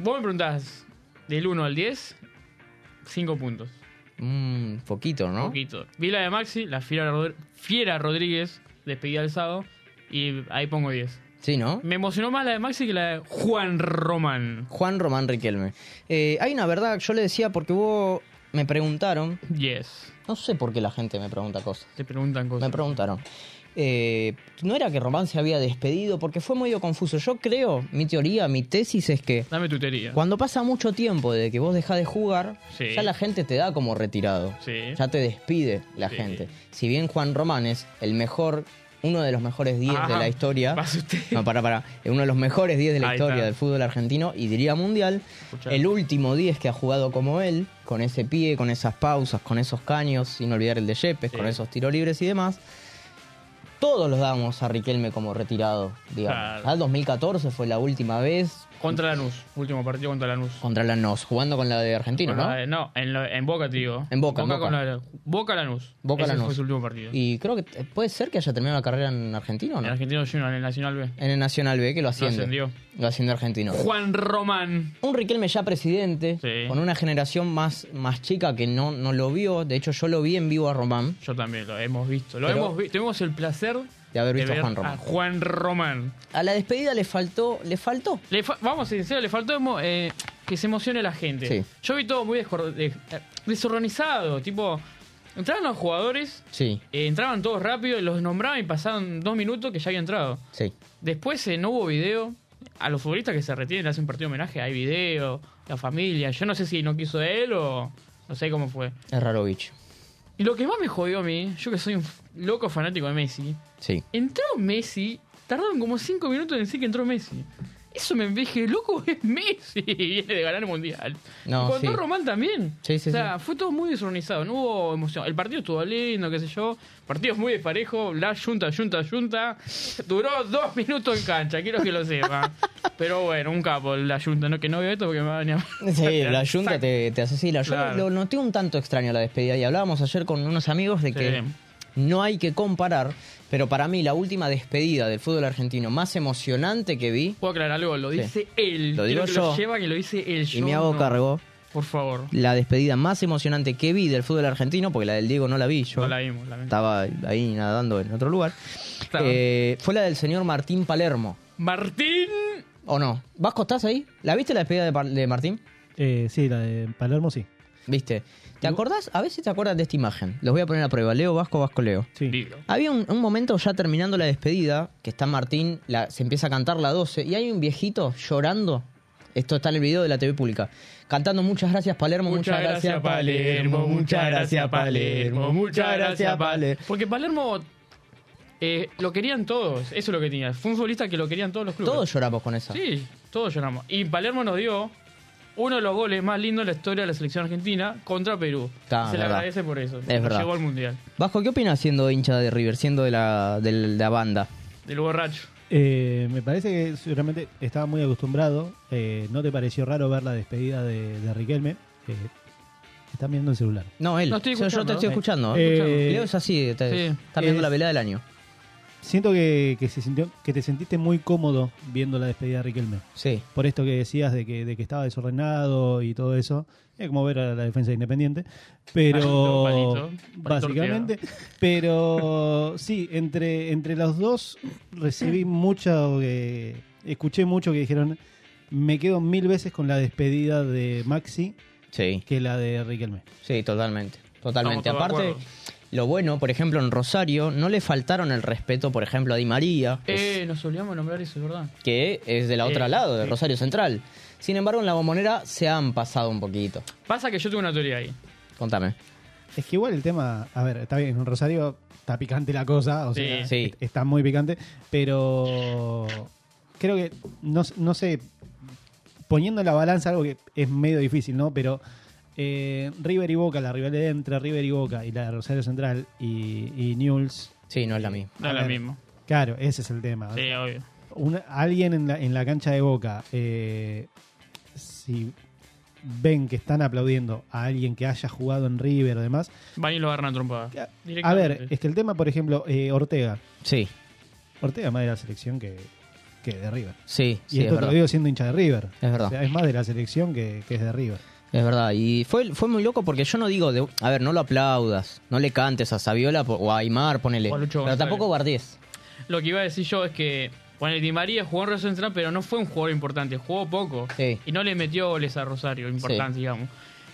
[SPEAKER 4] vos me preguntás, del 1 al 10, 5 puntos.
[SPEAKER 5] Un Mm, poquito, ¿no?
[SPEAKER 4] Poquito. Vi la de Maxi, la Fiera, Rodr- Fiera Rodríguez, despedida el sábado, y ahí pongo 10.
[SPEAKER 5] Sí, ¿no?
[SPEAKER 4] Me emocionó más la de Maxi que la de Juan Román.
[SPEAKER 5] Juan Román Riquelme. Eh, hay una verdad, yo le decía porque vos me preguntaron,
[SPEAKER 4] Yes.
[SPEAKER 5] no sé por qué la gente me pregunta cosas,
[SPEAKER 4] Te preguntan
[SPEAKER 5] me
[SPEAKER 4] cosas.
[SPEAKER 5] preguntaron. Eh, no era que Román se había despedido porque fue medio confuso. Yo creo, mi teoría, mi tesis es que
[SPEAKER 4] Dame tu teoría.
[SPEAKER 5] cuando pasa mucho tiempo de que vos dejás de jugar,
[SPEAKER 4] Sí.
[SPEAKER 5] ya la gente te da como retirado.
[SPEAKER 4] Sí.
[SPEAKER 5] Ya te despide la
[SPEAKER 4] Sí.
[SPEAKER 5] gente. Si bien Juan Román es el mejor, uno de los mejores 10 de
[SPEAKER 4] Ah,
[SPEAKER 5] la historia.
[SPEAKER 4] vas usted.
[SPEAKER 5] No, para, para. Uno de los mejores 10 de la
[SPEAKER 4] Ahí
[SPEAKER 5] historia
[SPEAKER 4] está.
[SPEAKER 5] del fútbol argentino y diría mundial.
[SPEAKER 4] Escuchá.
[SPEAKER 5] El último 10 que ha jugado como él, con ese pie, con esas pausas, con esos caños, sin olvidar el de Yepes,
[SPEAKER 4] Sí.
[SPEAKER 5] con esos tiros libres y demás. Todos los damos a Riquelme como retirado, digamos.
[SPEAKER 4] Claro.
[SPEAKER 5] Ya el 2014 fue la última vez
[SPEAKER 4] Contra Lanús. Último partido contra Lanús.
[SPEAKER 5] contra la NOS, jugando con la de Argentino,
[SPEAKER 4] Con
[SPEAKER 5] ¿no?
[SPEAKER 4] la de- no, en, lo- en Boca, te digo.
[SPEAKER 5] En Boca, en
[SPEAKER 4] Boca,
[SPEAKER 5] Boca.
[SPEAKER 4] con la- Boca Lanús.
[SPEAKER 5] Boca
[SPEAKER 4] Ese
[SPEAKER 5] Lanús.
[SPEAKER 4] fue su último partido.
[SPEAKER 5] Y creo que eh, puede ser que haya terminado la carrera en Argentino,
[SPEAKER 4] En
[SPEAKER 5] ¿no?
[SPEAKER 4] Argentino Junior, en el Nacional B.
[SPEAKER 5] En el Nacional B, que lo asciende.
[SPEAKER 4] ascendió.
[SPEAKER 5] Lo asciende Argentino.
[SPEAKER 4] Juan Román.
[SPEAKER 5] Un Riquelme ya presidente,
[SPEAKER 4] Sí.
[SPEAKER 5] con una generación más, más chica que no, no lo vio. De hecho, yo lo vi en vivo a Román.
[SPEAKER 4] Yo también lo hemos visto. Lo
[SPEAKER 5] Pero-
[SPEAKER 4] hemos vi- Tuvimos el placer
[SPEAKER 5] De haber visto a
[SPEAKER 4] ver
[SPEAKER 5] Juan Román.
[SPEAKER 4] Juan Román.
[SPEAKER 5] A la despedida le faltó. ¿Le faltó?
[SPEAKER 4] Le fa- vamos, en serio, le faltó emo- eh, que se emocione la gente.
[SPEAKER 5] Sí.
[SPEAKER 4] Yo vi todo muy descor- de- eh, desorganizado. Tipo, entraron los jugadores,
[SPEAKER 5] Sí,
[SPEAKER 4] eh, entraban todos rápido, los nombraban y pasaban dos minutos que ya había entrado.
[SPEAKER 5] sí.
[SPEAKER 4] Después eh, no hubo video. A los futbolistas que se retienen, le hacen partido de homenaje, hay video, la familia. Yo no sé si no quiso él o no sé cómo fue.
[SPEAKER 5] Es raro bicho.
[SPEAKER 4] Y lo que más me jodió a mí, yo que soy un f- loco fanático de Messi,
[SPEAKER 5] Sí.
[SPEAKER 4] entró Messi, tardaron como cinco minutos en decir que entró Messi. Eso me dije, loco, es Messi. Viene de ganar el mundial.
[SPEAKER 5] No,
[SPEAKER 4] y con
[SPEAKER 5] sí.
[SPEAKER 4] todo Román también.
[SPEAKER 5] Sí, sí,
[SPEAKER 4] o sea,
[SPEAKER 5] sí.
[SPEAKER 4] fue todo muy desorganizado. No hubo emoción. El partido estuvo lindo, qué sé yo. Partidos muy desparejo. La yunta, yunta, yunta. Duró dos minutos en cancha, quiero que lo sepa. Pero bueno, un capo la yunta. No, que no veo esto porque me va a venir a-
[SPEAKER 5] Sí, la yunta te, te asesina. Yo
[SPEAKER 4] Claro.
[SPEAKER 5] lo noté un tanto extraño la despedida y hablábamos ayer con unos amigos de que
[SPEAKER 4] Sí.
[SPEAKER 5] no hay que comparar, pero para mí la última despedida del fútbol argentino más emocionante que vi,
[SPEAKER 4] Puedo aclarar algo, lo
[SPEAKER 5] Sí.
[SPEAKER 4] dice él.
[SPEAKER 5] Lo
[SPEAKER 4] Quiero
[SPEAKER 5] digo
[SPEAKER 4] que
[SPEAKER 5] yo.
[SPEAKER 4] Lo lleva que lo dice él.
[SPEAKER 5] y
[SPEAKER 4] yo
[SPEAKER 5] me hago
[SPEAKER 4] no.
[SPEAKER 5] cargo,
[SPEAKER 4] Por favor.
[SPEAKER 5] la despedida más emocionante que vi del fútbol argentino, porque la del Diego no la vi yo.
[SPEAKER 4] No la vimos, lamento.
[SPEAKER 5] estaba ahí nadando en otro lugar.
[SPEAKER 4] Claro.
[SPEAKER 5] eh, fue la del señor Martín Palermo,
[SPEAKER 4] Martín.
[SPEAKER 5] ¿o no? ¿Vasco, estás ahí? ¿La viste la despedida de, Par- de Martín?
[SPEAKER 6] Eh, sí, la de Palermo sí.
[SPEAKER 5] ¿Viste? ¿Te acordás? A veces te acuerdas de esta imagen. Los voy a poner a prueba. Leo, Vasco, Vasco, Leo.
[SPEAKER 6] Sí.
[SPEAKER 4] Dilo.
[SPEAKER 5] Había un, un momento ya terminando la despedida, que está Martín, la- se empieza a cantar la 12, y hay un viejito llorando. Esto está en el video de la TV pública. Cantando muchas gracias Palermo, muchas, gracias Palermo, muchas gracias Palermo, muchas gracias Palermo.
[SPEAKER 4] Porque Palermo eh, lo querían todos, eso es lo que tenía. Fue un futbolista que lo querían todos los clubes.
[SPEAKER 5] Todos lloramos con esa.
[SPEAKER 4] Sí, todos lloramos. Y Palermo nos dio uno de los goles más lindos de la historia de la selección argentina contra Perú.
[SPEAKER 5] Ta,
[SPEAKER 4] Se le
[SPEAKER 5] verdad.
[SPEAKER 4] agradece por eso.
[SPEAKER 5] Es verdad.
[SPEAKER 4] Llegó al Mundial,
[SPEAKER 5] Vasco, ¿qué opinas siendo hincha de River, siendo de la, de la banda?
[SPEAKER 4] del borracho.
[SPEAKER 6] Eh, me parece que seguramente estaba muy acostumbrado. Eh, ¿No te pareció raro ver la despedida de, de Riquelme? Eh, están viendo el celular.
[SPEAKER 5] No, él.
[SPEAKER 4] No, estoy
[SPEAKER 5] Yo- yo,
[SPEAKER 4] escuchando.
[SPEAKER 5] te estoy escuchando.
[SPEAKER 6] Eh,
[SPEAKER 5] Leo es así, está,
[SPEAKER 4] Sí.
[SPEAKER 5] está viendo
[SPEAKER 6] Es-
[SPEAKER 5] la velada del año.
[SPEAKER 6] Siento que, que se sintió, que te sentiste muy cómodo viendo la despedida de Riquelme.
[SPEAKER 5] Sí.
[SPEAKER 6] Por esto que decías de que, de que estaba desordenado y todo eso. Es como ver a la defensa de independiente. Pero.
[SPEAKER 4] Palito, palito, palito
[SPEAKER 6] básicamente. Pero sí, entre, entre los dos recibí mucho. eh, escuché mucho que dijeron. Me quedo mil veces con la despedida de Maxi
[SPEAKER 5] Sí.
[SPEAKER 6] que la de Riquelme.
[SPEAKER 5] Sí, totalmente. Totalmente.
[SPEAKER 4] Estamos todos de
[SPEAKER 5] Aparte, lo bueno, por ejemplo, en Rosario no le faltaron el respeto, por ejemplo, a Di María,
[SPEAKER 4] Eh, nos olvidamos de nombrar eso, es verdad.
[SPEAKER 5] que es de la otra
[SPEAKER 4] eh,
[SPEAKER 5] lado, de
[SPEAKER 4] sí.
[SPEAKER 5] Rosario Central. Sin embargo, en la bombonera se han pasado un poquito.
[SPEAKER 4] Pasa que yo tengo una teoría ahí.
[SPEAKER 5] Contame.
[SPEAKER 6] Es que igual el tema. A ver, está bien, en Rosario está picante la cosa. O
[SPEAKER 4] Sí.
[SPEAKER 6] sea,
[SPEAKER 5] Sí.
[SPEAKER 6] está muy picante, pero creo que, no, no sé, poniendo en la balanza algo que es medio difícil, ¿no? Pero eh, River y Boca, la rivalidad entre River y Boca y la de Rosario Central y, y Newell's,
[SPEAKER 5] Sí, no es la misma.
[SPEAKER 4] No
[SPEAKER 6] A
[SPEAKER 4] es lo
[SPEAKER 6] ver.
[SPEAKER 4] mismo.
[SPEAKER 6] claro, ese es el tema.
[SPEAKER 4] Sí, obvio.
[SPEAKER 6] Una- alguien en la, en la cancha de Boca, eh, si ven que están aplaudiendo a alguien que haya jugado en River o demás,
[SPEAKER 4] Van y lo agarran a trompada.
[SPEAKER 6] a
[SPEAKER 4] Directamente.
[SPEAKER 6] ver, es que el tema, por ejemplo, eh, Ortega.
[SPEAKER 5] Sí,
[SPEAKER 6] Ortega es más de la selección que, que de River.
[SPEAKER 5] sí,
[SPEAKER 6] Y
[SPEAKER 5] sí, es
[SPEAKER 6] esto te
[SPEAKER 5] verdad.
[SPEAKER 6] lo digo siendo hincha de River.
[SPEAKER 5] Es verdad.
[SPEAKER 6] O sea, es más de la selección que, que es de River.
[SPEAKER 5] Es verdad, y fue, fue muy loco porque yo no digo, de- a ver, no lo aplaudas, no le cantes a Saviola po- o a Aymar, ponele.
[SPEAKER 4] O a Lucho
[SPEAKER 5] Pero
[SPEAKER 4] González.
[SPEAKER 5] tampoco guardies.
[SPEAKER 4] Lo que iba a decir yo es que bueno, el Di María jugó en Rosario Central, pero no fue un jugador importante, jugó poco.
[SPEAKER 5] Sí.
[SPEAKER 4] Y no le metió goles a Rosario, importante,
[SPEAKER 5] Sí.
[SPEAKER 4] digamos.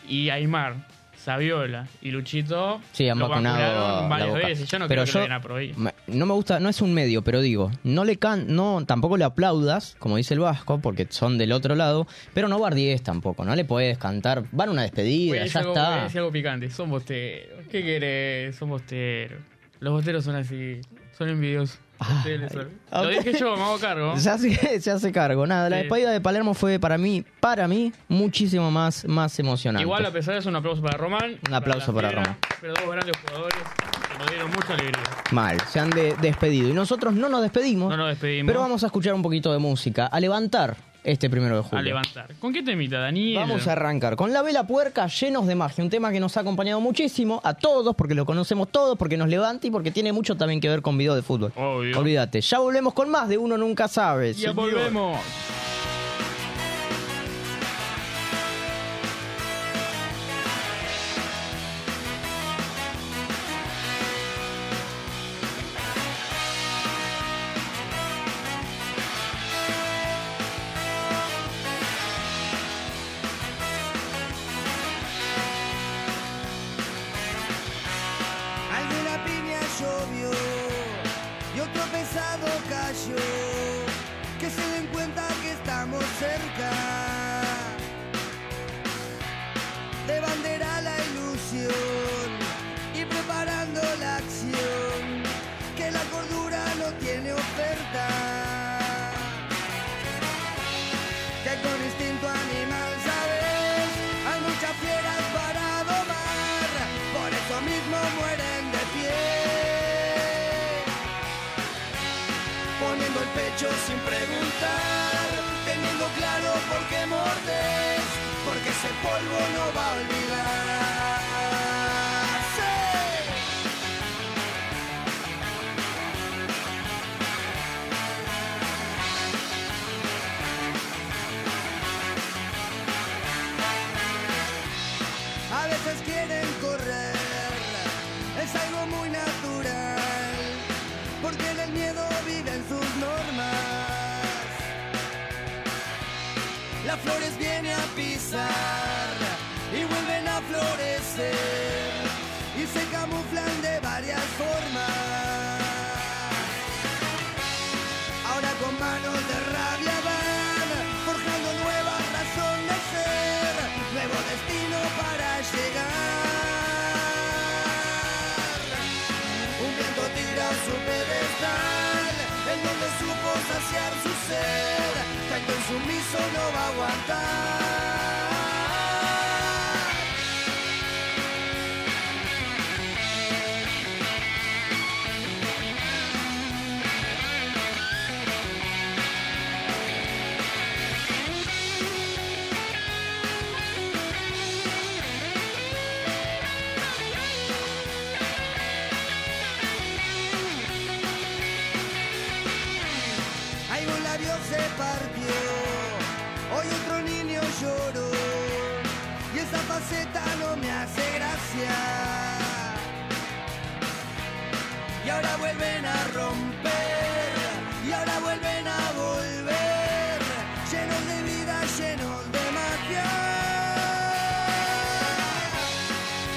[SPEAKER 4] Y Aymar, Saviola y Luchito
[SPEAKER 5] Sí, han
[SPEAKER 4] lo
[SPEAKER 5] vacunado.
[SPEAKER 4] vacunaron
[SPEAKER 5] la
[SPEAKER 4] varias
[SPEAKER 5] boca.
[SPEAKER 4] veces. Yo no
[SPEAKER 5] pero
[SPEAKER 4] creo que
[SPEAKER 5] yo,
[SPEAKER 4] lo den a prohibir.
[SPEAKER 5] me- No me gusta, no es un medio, pero digo, no le can, no, tampoco le aplaudas, como dice el Vasco, porque son del otro lado, pero no bardies tampoco, no le puedes cantar, van a una
[SPEAKER 4] Voy a
[SPEAKER 5] despedida,
[SPEAKER 4] decir
[SPEAKER 5] ya
[SPEAKER 4] algo- voy a
[SPEAKER 5] está.
[SPEAKER 4] decir algo picante, son bosteros. ¿Qué querés? Son bosteros. Los bosteros son así, son envidiosos. Ustedes son- Lo
[SPEAKER 5] ok.
[SPEAKER 4] dije yo, me hago cargo.
[SPEAKER 5] Se hace, se hace cargo, nada, la
[SPEAKER 4] Sí.
[SPEAKER 5] despedida de Palermo fue para mí, para mí, muchísimo más, más emocionante.
[SPEAKER 4] Igual, a pesar de eso, un aplauso para Román.
[SPEAKER 5] Un aplauso para
[SPEAKER 4] la
[SPEAKER 5] Román.
[SPEAKER 4] Fiera, Pero dos grandes jugadores que nos dieron mucha alegría.
[SPEAKER 5] Mal, se han de- despedido. Y nosotros no nos despedimos.
[SPEAKER 4] No nos despedimos.
[SPEAKER 5] Pero vamos a escuchar un poquito de música, a levantar este primero de julio.
[SPEAKER 4] a levantar. ¿Con qué temita, Daniel?
[SPEAKER 5] Vamos a arrancar con La Vela Puerca, llenos de magia, un tema que nos ha acompañado muchísimo a todos, porque lo conocemos todos, porque nos levanta y porque tiene mucho también que ver con videos de fútbol.
[SPEAKER 4] Obvio.
[SPEAKER 5] Olvídate, ya volvemos con más de Uno Nunca Sabe.
[SPEAKER 4] Ya
[SPEAKER 5] señor.
[SPEAKER 4] volvemos.
[SPEAKER 3] Algo en la piña llovió y otro pesado cayó. Que se den cuenta que está
[SPEAKER 7] sin preguntar, teniendo claro por qué mordes, porque ese polvo no va a olvidarse.
[SPEAKER 3] a veces quieren correr. Es algo muy natural, porque en el miedo viven sus normas. Las flores vienen a pisar y vuelven a florecer y se camuflan de varias formas. Ahora con manos de rabia van forjando nueva razón de ser, nuevo destino para llegar. Un viento tira su pedestal, en donde supo saciar su ser, tanto insumiso no va a aguantar. Ahí un labio se partió, hoy otro niño lloró y esa faceta no me hace gracia. Y ahora vuelven a romper, y ahora vuelven a volver, llenos de vida, llenos de magia.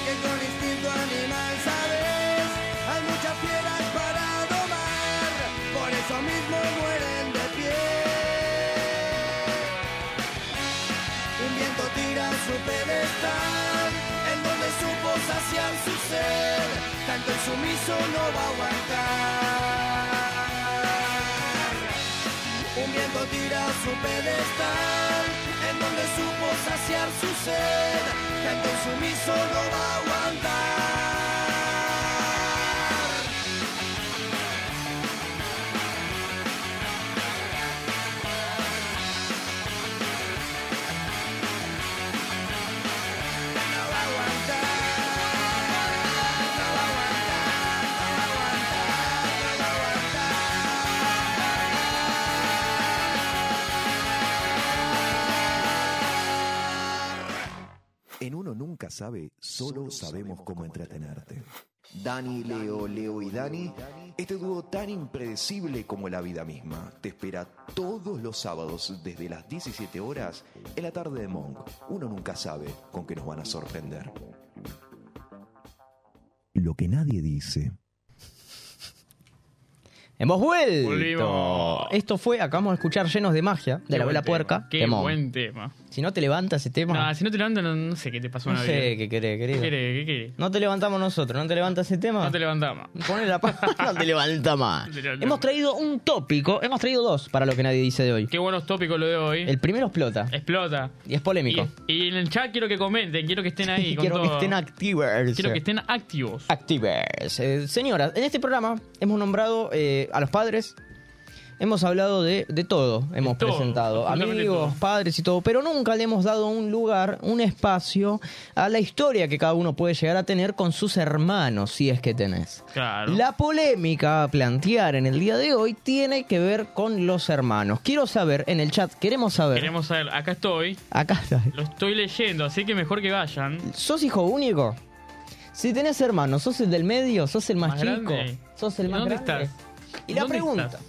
[SPEAKER 3] Que con instinto animal sabes, hay muchas fieras para domar, por eso mismo mueren de pie. Un viento tira su pedestal, en donde supo saciar su ser, tanto el sumiso no va a aguantar. Un viento tira su pedestal, en donde supo saciar su ser, tanto el sumiso no va a aguantar. No va a aguantar.
[SPEAKER 2] En uno nunca sabe, solo sabemos cómo entretenerte. Dani, Leo, Leo y Dani, este dúo tan impredecible como la vida misma, te espera todos los sábados desde las 17 horas en la tarde de Monk. Uno nunca sabe con qué nos van a sorprender. Lo que nadie dice.
[SPEAKER 5] Hemos vuelto.
[SPEAKER 4] Volvimos.
[SPEAKER 5] Esto fue, acabamos de escuchar Llenos de Magia, de
[SPEAKER 4] Qué
[SPEAKER 5] la
[SPEAKER 4] buen
[SPEAKER 5] Vela
[SPEAKER 4] tema,
[SPEAKER 5] Puerca.
[SPEAKER 4] Qué
[SPEAKER 5] Temón.
[SPEAKER 4] buen tema.
[SPEAKER 5] Si no te levanta ese tema,
[SPEAKER 4] Nah, si no te levantan, no- no sé qué te pasó en
[SPEAKER 5] no
[SPEAKER 4] la
[SPEAKER 5] sé
[SPEAKER 4] vida.
[SPEAKER 5] qué querés, querido.
[SPEAKER 4] ¿Qué quiere? ¿Qué quiere?
[SPEAKER 5] No te levantamos nosotros, no te levanta ese tema.
[SPEAKER 4] No te levantamos.
[SPEAKER 5] Poné la pa- no te levanta más.
[SPEAKER 4] No te levanta
[SPEAKER 5] hemos
[SPEAKER 4] más.
[SPEAKER 5] traído un tópico, hemos traído dos para lo que nadie dice de hoy.
[SPEAKER 4] Qué buenos tópicos lo de hoy.
[SPEAKER 5] El primero explota
[SPEAKER 4] Explota.
[SPEAKER 5] y es polémico.
[SPEAKER 4] Y, y en el chat quiero que comenten, quiero que estén ahí.
[SPEAKER 5] Y
[SPEAKER 4] con
[SPEAKER 5] quiero que
[SPEAKER 4] todo.
[SPEAKER 5] estén activers.
[SPEAKER 4] Quiero que estén activos.
[SPEAKER 5] Activers. Eh, señoras, en este programa hemos nombrado eh, a los padres, hemos hablado de, de todo, hemos
[SPEAKER 4] todo,
[SPEAKER 5] presentado
[SPEAKER 4] absolutamente
[SPEAKER 5] amigos,
[SPEAKER 4] todo.
[SPEAKER 5] padres y todo, pero nunca le hemos dado un lugar, un espacio a la historia que cada uno puede llegar a tener con sus hermanos, si es que tenés.
[SPEAKER 4] Claro.
[SPEAKER 5] La polémica a plantear en el día de hoy tiene que ver con los hermanos. Quiero saber, en el chat queremos saber.
[SPEAKER 4] Queremos saber, acá estoy,
[SPEAKER 5] Acá está.
[SPEAKER 4] lo estoy leyendo, así que mejor que vayan.
[SPEAKER 5] ¿Sos hijo único? Si tenés hermanos, ¿sos el del medio? ¿Sos el más,
[SPEAKER 4] Más
[SPEAKER 5] chico?
[SPEAKER 4] grande.
[SPEAKER 5] ¿Sos el
[SPEAKER 4] ¿Y
[SPEAKER 5] más
[SPEAKER 4] dónde
[SPEAKER 5] grande?
[SPEAKER 4] estás?
[SPEAKER 5] Y la
[SPEAKER 4] ¿Dónde
[SPEAKER 5] pregunta,
[SPEAKER 4] estás?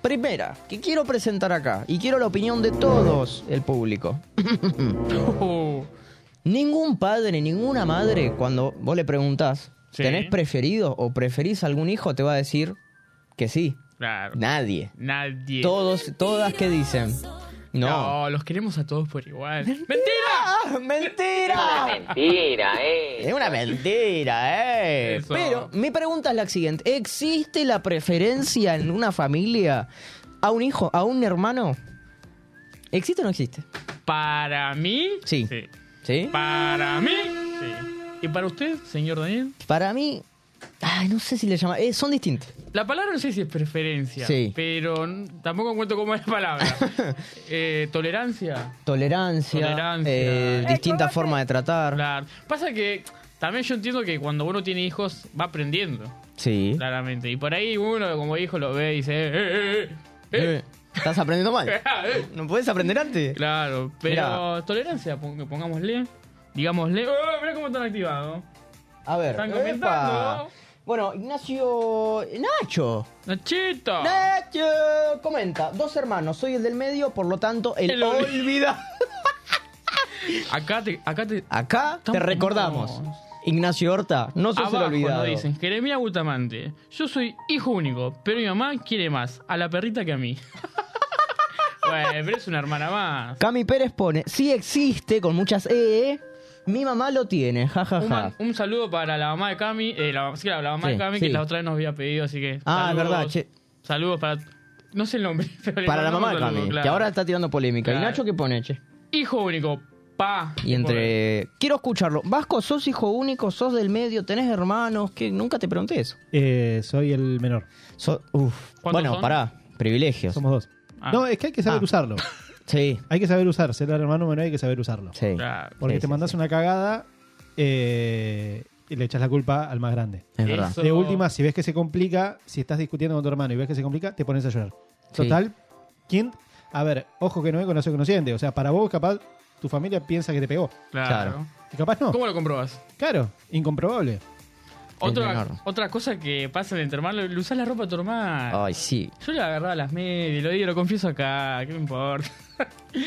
[SPEAKER 5] primera, que quiero presentar acá, y quiero la opinión de todos el público.
[SPEAKER 4] Uh,
[SPEAKER 5] Ningún padre, ninguna madre, cuando vos le preguntás,
[SPEAKER 4] Sí.
[SPEAKER 5] ¿tenés preferido o preferís algún hijo? Te va a decir que sí.
[SPEAKER 4] claro.
[SPEAKER 5] Nadie.
[SPEAKER 4] Nadie.
[SPEAKER 5] Todos, todas que dicen. No.
[SPEAKER 4] No, los queremos a todos por igual. ¡Mentira!
[SPEAKER 5] ¡Ah, ¡Mentira!
[SPEAKER 8] Mentira, eh.
[SPEAKER 5] Es una mentira, ¿eh?
[SPEAKER 4] Eso.
[SPEAKER 5] Pero mi pregunta es la siguiente. ¿Existe la preferencia en una familia a un hijo, a un hermano? ¿Existe o no existe?
[SPEAKER 4] Para mí.
[SPEAKER 5] Sí. ¿Sí?
[SPEAKER 4] Para mí. Sí. ¿Y para usted, señor Daniel?
[SPEAKER 5] Para mí... Ay, no sé si le llama... eh, son distintos.
[SPEAKER 4] La palabra no sé si es preferencia,
[SPEAKER 5] Sí.
[SPEAKER 4] pero n- tampoco encuentro cómo es la palabra. Eh, tolerancia.
[SPEAKER 5] Tolerancia,
[SPEAKER 4] Tolerancia.
[SPEAKER 5] eh,
[SPEAKER 4] Eh,
[SPEAKER 5] distintas formas de tratar.
[SPEAKER 4] Claro. Pasa que también yo entiendo que cuando uno tiene hijos va aprendiendo,
[SPEAKER 5] Sí.
[SPEAKER 4] claramente. Y por ahí uno, como hijo, lo ve y dice... "Eh, eh, eh, eh,
[SPEAKER 5] Eh, Estás aprendiendo mal.
[SPEAKER 4] eh".
[SPEAKER 5] ¿No puedes aprender antes?
[SPEAKER 4] Claro, pero
[SPEAKER 5] Mirá.
[SPEAKER 4] tolerancia, pong- pongámosle. Digámosle... ¡Oh, mira cómo están activados!
[SPEAKER 5] A ver.
[SPEAKER 4] Están
[SPEAKER 5] epa.
[SPEAKER 4] comentando.
[SPEAKER 5] Bueno, Ignacio. Nacho.
[SPEAKER 4] ¡Nachito!
[SPEAKER 5] Nacho comenta. Dos hermanos, soy el del medio, por lo tanto, el,
[SPEAKER 4] El ol-
[SPEAKER 5] olvida.
[SPEAKER 4] Acá te... Acá te
[SPEAKER 5] Acá te
[SPEAKER 4] Estamos
[SPEAKER 5] recordamos.
[SPEAKER 4] juntos.
[SPEAKER 5] Ignacio Horta, no sos el
[SPEAKER 4] Abajo
[SPEAKER 5] olvidado.
[SPEAKER 4] nos dicen, Jeremia Butamante, yo soy hijo único, pero mi mamá quiere más a la perrita que a mí. bueno, pero es una hermana más.
[SPEAKER 5] Cami Pérez pone, sí existe, con muchas E. Mi mamá lo tiene, jajaja.
[SPEAKER 4] Un, man- un saludo para la mamá de Cami, eh, la, sí, claro, la mamá
[SPEAKER 5] Sí,
[SPEAKER 4] de Cami,
[SPEAKER 5] sí.
[SPEAKER 4] que la otra vez nos había pedido, así que.
[SPEAKER 5] Ah, es verdad, che.
[SPEAKER 4] Saludos para. No sé el nombre, pero le
[SPEAKER 5] Para la
[SPEAKER 4] mandamos
[SPEAKER 5] mamá de
[SPEAKER 4] un saludo,
[SPEAKER 5] Cami, que
[SPEAKER 4] claro.
[SPEAKER 5] ahora está tirando polémica. ¿Y
[SPEAKER 4] Claro.
[SPEAKER 5] Nacho qué pone, che?
[SPEAKER 4] Hijo único, pa.
[SPEAKER 5] Y entre... Quiero escucharlo. Vasco, sos hijo único, sos del medio, tenés hermanos, que nunca te pregunté eso.
[SPEAKER 6] Eh, soy el menor.
[SPEAKER 5] So- uf.
[SPEAKER 4] ¿Cuántos
[SPEAKER 5] Bueno,
[SPEAKER 4] son?
[SPEAKER 5] pará, privilegios.
[SPEAKER 6] Somos dos.
[SPEAKER 4] Ah.
[SPEAKER 6] No, es que hay que saber
[SPEAKER 5] Ah.
[SPEAKER 6] usarlo.
[SPEAKER 5] Sí,
[SPEAKER 6] Hay que saber usar. Ser el hermano menor hay que saber usarlo.
[SPEAKER 5] sí.
[SPEAKER 4] Claro.
[SPEAKER 6] Porque
[SPEAKER 5] Sí,
[SPEAKER 6] te
[SPEAKER 5] sí,
[SPEAKER 6] mandas
[SPEAKER 5] sí.
[SPEAKER 6] una cagada eh, y le echas la culpa al más grande.
[SPEAKER 5] Es verdad.
[SPEAKER 4] Eso-
[SPEAKER 6] De última, si ves que se complica, si estás discutiendo con tu hermano y ves que se complica, te pones a llorar.
[SPEAKER 5] Sí.
[SPEAKER 6] Total, ¿quién? A ver, ojo que no es conoce conociente. O sea, para vos capaz tu familia piensa que te pegó.
[SPEAKER 4] Claro.
[SPEAKER 5] Claro.
[SPEAKER 6] Y capaz no.
[SPEAKER 4] ¿Cómo lo comprobas?
[SPEAKER 6] Claro, incomprobable.
[SPEAKER 4] Otra,
[SPEAKER 5] menor.
[SPEAKER 4] otra cosa que pasa entre hermanos, le usás la ropa a tu hermano.
[SPEAKER 5] Ay, sí.
[SPEAKER 4] Yo le agarraba las medias, lo digo, lo confieso acá, ¿qué me importa?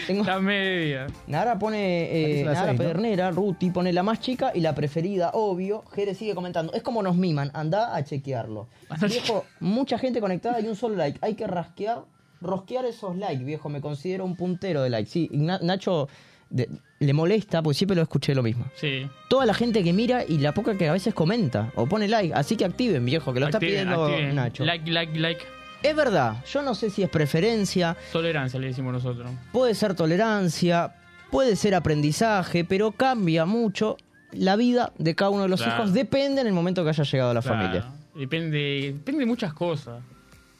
[SPEAKER 5] Tengo-
[SPEAKER 4] Las medias.
[SPEAKER 5] Nara pone eh,
[SPEAKER 6] Parece la
[SPEAKER 5] Nara
[SPEAKER 6] seis, ¿no?
[SPEAKER 5] Pedernera, Ruti pone la más chica y la preferida, obvio. Jere sigue comentando. Es como nos miman, anda a chequearlo. viejo, mucha gente conectada y un solo like. Hay que rasquear, rosquear esos likes, viejo. Me considero un puntero de likes. Sí, Igna- Nacho de- le molesta porque siempre lo escuché lo mismo.
[SPEAKER 4] Sí.
[SPEAKER 5] Toda la gente que mira y la poca que a veces comenta o pone like. Así que activen, viejo, que lo
[SPEAKER 4] Activen,
[SPEAKER 5] está pidiendo
[SPEAKER 4] activen.
[SPEAKER 5] Nacho.
[SPEAKER 4] Like, like, like.
[SPEAKER 5] Es verdad, yo no sé si es preferencia,
[SPEAKER 4] Tolerancia le decimos nosotros.
[SPEAKER 5] puede ser tolerancia, puede ser aprendizaje, pero cambia mucho la vida de cada uno de los
[SPEAKER 4] Claro.
[SPEAKER 5] hijos, depende en el momento que haya llegado a la
[SPEAKER 4] Claro.
[SPEAKER 5] familia.
[SPEAKER 4] Depende, depende de muchas cosas.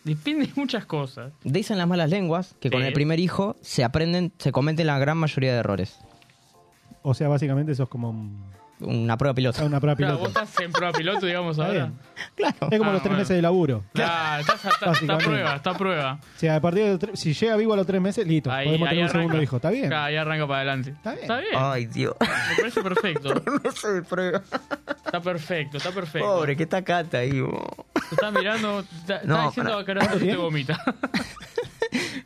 [SPEAKER 4] Depende de muchas cosas.
[SPEAKER 5] Dicen las malas lenguas que con
[SPEAKER 4] Sí.
[SPEAKER 5] el primer hijo se aprenden, se cometen la gran mayoría de errores.
[SPEAKER 6] O sea, básicamente sos como un-
[SPEAKER 5] Una prueba piloto.
[SPEAKER 6] una prueba
[SPEAKER 4] Claro, vos
[SPEAKER 6] piloto.
[SPEAKER 4] estás en prueba piloto, digamos
[SPEAKER 6] Está
[SPEAKER 4] ahora.
[SPEAKER 6] bien.
[SPEAKER 5] Claro.
[SPEAKER 6] Es como
[SPEAKER 4] Ah,
[SPEAKER 6] los tres
[SPEAKER 4] bueno.
[SPEAKER 6] meses de laburo.
[SPEAKER 4] Claro, estás, estás- estás a
[SPEAKER 6] Básicamente.
[SPEAKER 4] prueba, está a prueba.
[SPEAKER 6] O sea, a partir de los tres- si llega vivo a los tres meses, listo,
[SPEAKER 4] Ahí,
[SPEAKER 6] podemos
[SPEAKER 4] ahí
[SPEAKER 6] tener un
[SPEAKER 4] arranca.
[SPEAKER 6] segundo hijo. ¿Está bien?
[SPEAKER 4] Claro, ahí arranca para adelante. Está
[SPEAKER 6] bien.
[SPEAKER 5] Ay, Dios.
[SPEAKER 4] Me parece perfecto. Está perfecto, está perfecto.
[SPEAKER 5] Pobre, que está cata ahí. bo.
[SPEAKER 4] Te estás mirando, te está,
[SPEAKER 5] No,
[SPEAKER 4] está diciendo
[SPEAKER 5] pará.
[SPEAKER 4] que ahora te
[SPEAKER 6] bien?
[SPEAKER 4] vomita.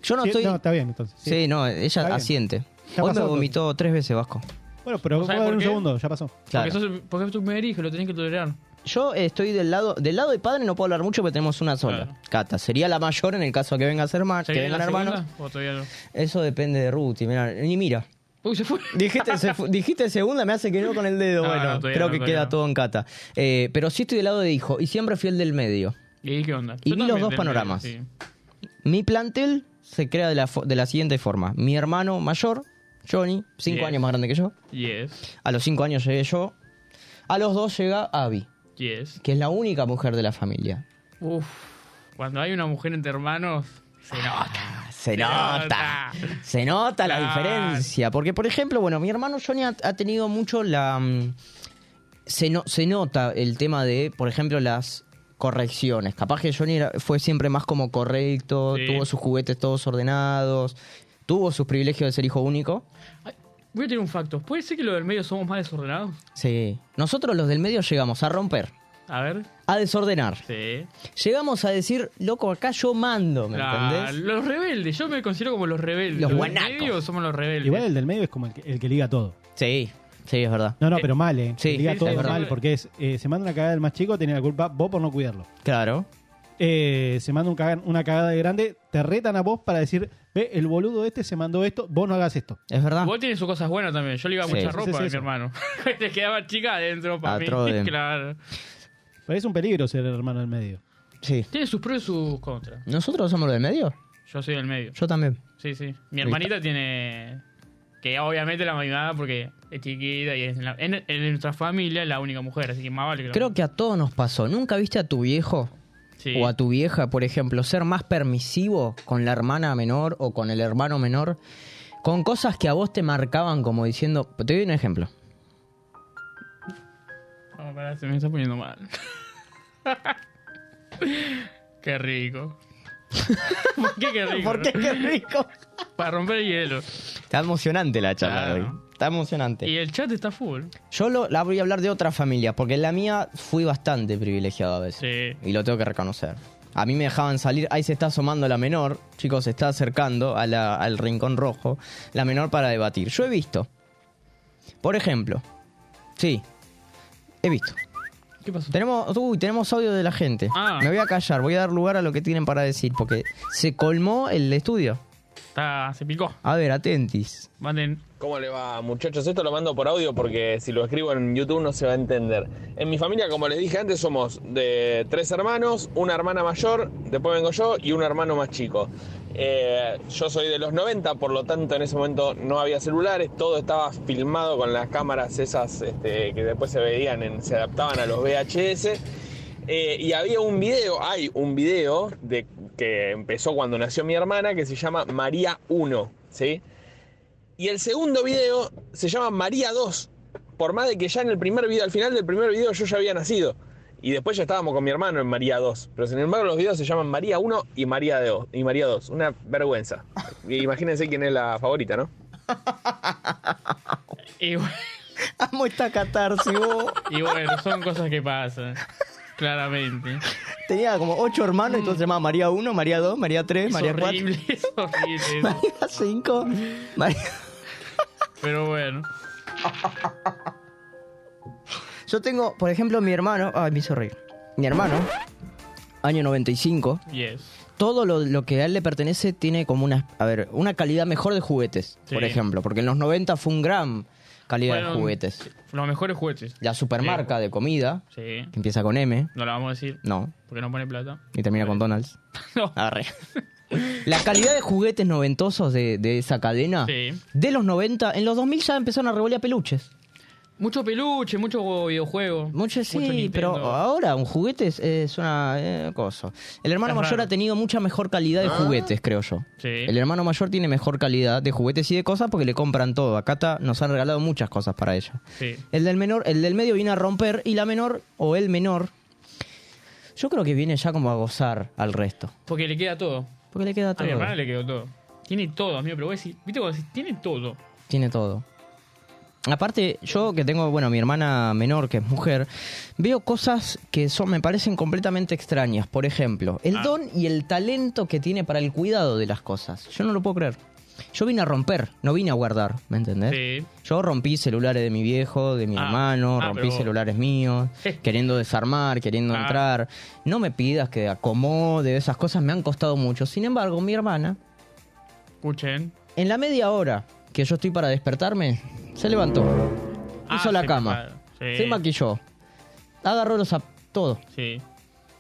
[SPEAKER 5] Yo no
[SPEAKER 6] Sí,
[SPEAKER 5] estoy.
[SPEAKER 6] No, está bien, entonces.
[SPEAKER 5] sí.
[SPEAKER 6] Sí.
[SPEAKER 5] no,
[SPEAKER 6] Está
[SPEAKER 5] ella
[SPEAKER 6] bien.
[SPEAKER 5] asiente.
[SPEAKER 6] Está
[SPEAKER 5] Hoy me
[SPEAKER 6] pasando.
[SPEAKER 5] vomitó tres veces Vasco.
[SPEAKER 6] Bueno, pero
[SPEAKER 4] ¿Sabes
[SPEAKER 6] puedo dar
[SPEAKER 4] por
[SPEAKER 6] un
[SPEAKER 4] qué?
[SPEAKER 6] segundo, ya pasó.
[SPEAKER 5] Claro.
[SPEAKER 4] Porque, sos- porque es tu primer hijo, lo tenés que tolerar.
[SPEAKER 5] Yo estoy del lado del lado de padre no puedo hablar mucho porque tenemos una sola.
[SPEAKER 4] Claro.
[SPEAKER 5] Cata sería la mayor en el caso que venga a ser más, que
[SPEAKER 4] ¿Se viene
[SPEAKER 5] vengan
[SPEAKER 4] la
[SPEAKER 5] hermanos.
[SPEAKER 4] segunda o todavía no?
[SPEAKER 5] Eso depende de Ruti, mira, ni mira.
[SPEAKER 4] Uy, se fue.
[SPEAKER 5] Dijiste, se fu- dijiste segunda, me hace que no con el dedo.
[SPEAKER 4] No,
[SPEAKER 5] bueno,
[SPEAKER 4] no, todavía
[SPEAKER 5] creo
[SPEAKER 4] no,
[SPEAKER 5] que
[SPEAKER 4] todavía
[SPEAKER 5] queda
[SPEAKER 4] no.
[SPEAKER 5] todo en Cata. Eh, pero sí estoy del lado de hijo y siempre fui el del medio.
[SPEAKER 4] ¿Y qué onda?
[SPEAKER 5] Y
[SPEAKER 4] Yo
[SPEAKER 5] vi los
[SPEAKER 4] también
[SPEAKER 5] dos
[SPEAKER 4] tendría,
[SPEAKER 5] panoramas.
[SPEAKER 4] sí.
[SPEAKER 5] Mi plantel se crea de la, fo- de la siguiente forma. Mi hermano mayor, Johnny, cinco
[SPEAKER 4] Yes.
[SPEAKER 5] años más grande que yo.
[SPEAKER 4] Yes,
[SPEAKER 5] A los cinco años llegué yo. A los dos llega Abby,
[SPEAKER 4] yes.
[SPEAKER 5] que es la única mujer de la familia.
[SPEAKER 4] Uf, cuando hay una mujer entre hermanos, se nota.
[SPEAKER 5] Ah, Se
[SPEAKER 4] Se
[SPEAKER 5] nota.
[SPEAKER 4] nota.
[SPEAKER 5] Se nota la
[SPEAKER 4] Claro.
[SPEAKER 5] diferencia. Porque, por ejemplo, bueno, mi hermano Johnny ha, ha tenido mucho la. mm, Se, no- se nota el tema de, por ejemplo, las correcciones. Capaz que Johnny era- fue siempre más como correcto,
[SPEAKER 4] Sí.
[SPEAKER 5] tuvo sus juguetes todos ordenados, tuvo sus privilegios de ser hijo único.
[SPEAKER 4] Ay, voy a tener un facto. ¿Puede ser que los del medio somos más desordenados?
[SPEAKER 5] Sí. Nosotros los del medio llegamos a romper,
[SPEAKER 4] A ver.
[SPEAKER 5] a desordenar.
[SPEAKER 4] Sí.
[SPEAKER 5] Llegamos a decir, loco, acá yo mando, ¿me
[SPEAKER 4] Ah,
[SPEAKER 5] entendés?
[SPEAKER 4] los rebeldes, yo me considero como los rebeldes.
[SPEAKER 5] Los
[SPEAKER 4] del
[SPEAKER 5] guanacos.
[SPEAKER 4] medio somos los rebeldes.
[SPEAKER 6] Igual el del medio es como el que, el que liga todo.
[SPEAKER 5] Sí, sí, es verdad.
[SPEAKER 6] No, no, pero mal, ¿eh?
[SPEAKER 5] sí,
[SPEAKER 6] Que liga
[SPEAKER 4] sí,
[SPEAKER 6] todo
[SPEAKER 4] sí, sí.
[SPEAKER 6] mal, porque es, eh, se manda una cagada del más chico, tenía la culpa vos por no cuidarlo.
[SPEAKER 5] Claro.
[SPEAKER 6] Eh, se manda un caga- una cagada de grande, te retan a vos para decir, ve, el boludo este se mandó esto, vos no hagas esto.
[SPEAKER 5] Es verdad.
[SPEAKER 4] Vos tiene sus cosas buenas también. Yo le iba
[SPEAKER 5] ah. Sí.
[SPEAKER 4] mucha
[SPEAKER 5] Sí, Ah,
[SPEAKER 6] sí,
[SPEAKER 4] ropa a mi
[SPEAKER 6] sí.
[SPEAKER 4] hermano. Te quedaba chica adentro para
[SPEAKER 5] Atro de-
[SPEAKER 4] mí. claro.
[SPEAKER 6] Pero es un peligro ser el hermano del medio.
[SPEAKER 5] Sí.
[SPEAKER 4] Tiene sus pros y sus contras.
[SPEAKER 5] ¿Nosotros somos los del medio?
[SPEAKER 4] Yo soy del medio.
[SPEAKER 5] Yo también.
[SPEAKER 4] Sí, sí. Mi hermanita tiene. Que obviamente la mamá porque es chiquita y es en, la- en- en nuestra familia es la única mujer, así que más vale que la-
[SPEAKER 5] Creo que a todos nos pasó. ¿Nunca viste a tu viejo
[SPEAKER 4] Sí.
[SPEAKER 5] o a tu vieja, por ejemplo, ser más permisivo con la hermana menor o con el hermano menor, con cosas que a vos te marcaban como diciendo, te doy un ejemplo.
[SPEAKER 4] No, Oh, pará, se me está poniendo mal. qué rico. ¿Por qué qué rico?
[SPEAKER 5] ¿Por qué? Qué rico.
[SPEAKER 4] Para romper el hielo.
[SPEAKER 5] Está emocionante la charla
[SPEAKER 4] Claro.
[SPEAKER 5] de hoy. Está emocionante.
[SPEAKER 4] Y el chat está full.
[SPEAKER 5] Yo lo- la voy a hablar de otra familia, porque en la mía fui bastante privilegiado a veces.
[SPEAKER 4] Sí.
[SPEAKER 5] Y lo tengo que reconocer. A mí me dejaban salir, ahí se está asomando la menor, chicos, se está acercando a la- al rincón rojo, la menor para debatir. Yo he visto, por ejemplo, sí, he visto.
[SPEAKER 4] ¿Qué pasó?
[SPEAKER 5] Tenemos, uy, tenemos audio de la gente.
[SPEAKER 4] Ah.
[SPEAKER 5] Me voy a callar, voy a dar lugar a lo que tienen para decir, porque se colmó el estudio.
[SPEAKER 4] Está, se picó.
[SPEAKER 5] A ver, atentis.
[SPEAKER 4] Manden.
[SPEAKER 8] ¿Cómo le va, muchachos? Esto lo mando por audio porque si lo escribo en YouTube no se va a entender. En mi familia, como les dije antes, somos de tres hermanos, una hermana mayor, después vengo yo y un hermano más chico. Eh, yo soy de los 90, por lo tanto en ese momento no había celulares, todo estaba filmado con las cámaras esas este, que después se veían, en- se adaptaban a los VHS. Eh, y había un video, hay un video de, que empezó cuando nació mi hermana que se llama María 1, ¿sí? Y el segundo video se llama María 2. Por más de que ya en el primer video, al final del primer video yo ya había nacido. Y después ya estábamos con mi hermano en María 2. Pero sin embargo los videos se llaman María 1 y María 2. Y María 2. Una vergüenza. Imagínense quién es la favorita, ¿no?
[SPEAKER 4] Y, bu-
[SPEAKER 5] Amo esta catarsis, vos.
[SPEAKER 4] y bueno, son cosas que pasan. Claramente.
[SPEAKER 5] Tenía como ocho hermanos, entonces se llamaba María 1, María 2, María 3,
[SPEAKER 4] Es
[SPEAKER 5] María 4,
[SPEAKER 4] horrible, es horrible.
[SPEAKER 5] María 5, María...
[SPEAKER 4] Pero bueno.
[SPEAKER 5] Yo tengo, por ejemplo, mi hermano... Ay, me hizo reír. Mi hermano, año 95,
[SPEAKER 4] Yes.
[SPEAKER 5] todo lo, lo que a él le pertenece tiene como una... A ver, una calidad mejor de juguetes,
[SPEAKER 4] Sí.
[SPEAKER 5] por ejemplo. Porque en los 90 fue un gran calidad
[SPEAKER 4] Fueron
[SPEAKER 5] de juguetes.
[SPEAKER 4] Los mejores juguetes.
[SPEAKER 5] La supermarca de comida,
[SPEAKER 4] Sí.
[SPEAKER 5] que empieza con M,
[SPEAKER 4] No la vamos a decir
[SPEAKER 5] no,
[SPEAKER 4] porque no pone plata.
[SPEAKER 5] y termina con Donald's.
[SPEAKER 4] No.
[SPEAKER 5] Arre. La calidad de juguetes noventosos de, de esa cadena,
[SPEAKER 4] Sí.
[SPEAKER 5] de los 90, en los 2000 ya empezaron a revolear peluches.
[SPEAKER 4] Mucho peluche, mucho videojuego.
[SPEAKER 5] Mucho sí,
[SPEAKER 4] Nintendo.
[SPEAKER 5] pero ah. ahora un juguete es, es una eh, cosa. El hermano
[SPEAKER 4] Es
[SPEAKER 5] mayor
[SPEAKER 4] raro.
[SPEAKER 5] ha tenido mucha mejor calidad de juguetes, creo yo.
[SPEAKER 4] Sí.
[SPEAKER 5] El hermano mayor tiene mejor calidad de juguetes y de cosas porque le compran todo. A Cata nos han regalado muchas cosas para ella.
[SPEAKER 4] Sí.
[SPEAKER 5] El del menor, el del medio viene a romper y la menor o el menor, yo creo que viene ya como a gozar al resto.
[SPEAKER 4] Porque le queda todo.
[SPEAKER 5] Porque le queda
[SPEAKER 4] A
[SPEAKER 5] todo.
[SPEAKER 4] mi hermana le quedó todo. Tiene todo, amigo, pero vos decís, viste cuando decís, tiene todo.
[SPEAKER 5] Tiene todo. Aparte, yo que tengo, bueno, mi hermana menor, que es mujer, veo cosas que son, me parecen completamente extrañas. Por ejemplo,
[SPEAKER 4] Ah.
[SPEAKER 5] el don y el talento que tiene para el cuidado de las cosas. Yo no lo puedo creer. Yo vine a romper, no vine a guardar, ¿me entendés?
[SPEAKER 4] Sí.
[SPEAKER 5] Yo rompí celulares de mi viejo, de mi
[SPEAKER 4] Ah.
[SPEAKER 5] hermano,
[SPEAKER 4] Ah,
[SPEAKER 5] rompí
[SPEAKER 4] pero vos-
[SPEAKER 5] celulares míos, queriendo desarmar, queriendo
[SPEAKER 4] Ah.
[SPEAKER 5] entrar. No me pidas que acomode, esas cosas me han costado mucho. Sin embargo, mi hermana
[SPEAKER 4] Escuchen.
[SPEAKER 5] en la media hora que yo estoy para despertarme, se levantó.
[SPEAKER 4] Ah,
[SPEAKER 5] hizo la
[SPEAKER 4] se
[SPEAKER 5] cama.
[SPEAKER 4] prepara. Sí.
[SPEAKER 5] Se maquilló. Agarró los... ap- todo.
[SPEAKER 4] Sí.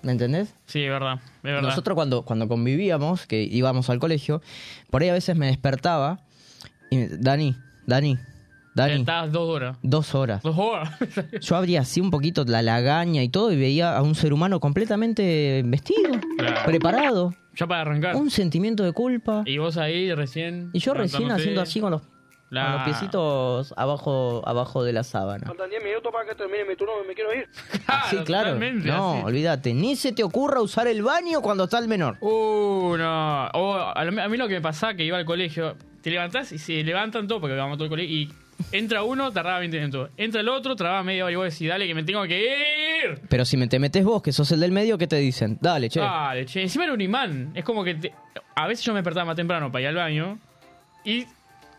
[SPEAKER 5] ¿Me entendés?
[SPEAKER 4] Sí, es verdad. Es verdad.
[SPEAKER 5] Nosotros cuando, cuando convivíamos, que íbamos al colegio, por ahí a veces me despertaba y... me- Dani, Dani, Dani.
[SPEAKER 4] Estás dos horas.
[SPEAKER 5] Dos horas.
[SPEAKER 4] Dos horas.
[SPEAKER 5] Yo abría así un poquito la lagaña y todo y veía a un ser humano completamente vestido,
[SPEAKER 4] Claro.
[SPEAKER 5] preparado,
[SPEAKER 4] ya para arrancar.
[SPEAKER 5] un sentimiento de culpa.
[SPEAKER 4] Y vos ahí recién.
[SPEAKER 5] Y yo recién
[SPEAKER 4] levantándote.
[SPEAKER 5] haciendo así con los,
[SPEAKER 4] La-
[SPEAKER 5] con los piecitos abajo, abajo de la sábana.
[SPEAKER 9] Faltan 10 minutos para que termine mi turno, me quiero ir.
[SPEAKER 5] Ah, sí, claro.
[SPEAKER 4] Ah, totalmente,
[SPEAKER 5] No,
[SPEAKER 4] así.
[SPEAKER 5] olvídate. Ni se te ocurra usar el baño cuando está el menor.
[SPEAKER 4] Uh, no. O a, lo- a mí lo que me pasaba que iba al colegio, te levantás y se levantan todos porque vamos a todo el colegio. Y entra uno, tardaba 20 minutos. Entra el otro, tardaba media hora y vos decís, dale que me tengo que ir.
[SPEAKER 5] Pero si me te metes vos, que sos el del medio, ¿qué te dicen? Dale, che.
[SPEAKER 4] Dale, che. Encima era un imán. Es como que te- a veces yo me despertaba más temprano para ir al baño. Y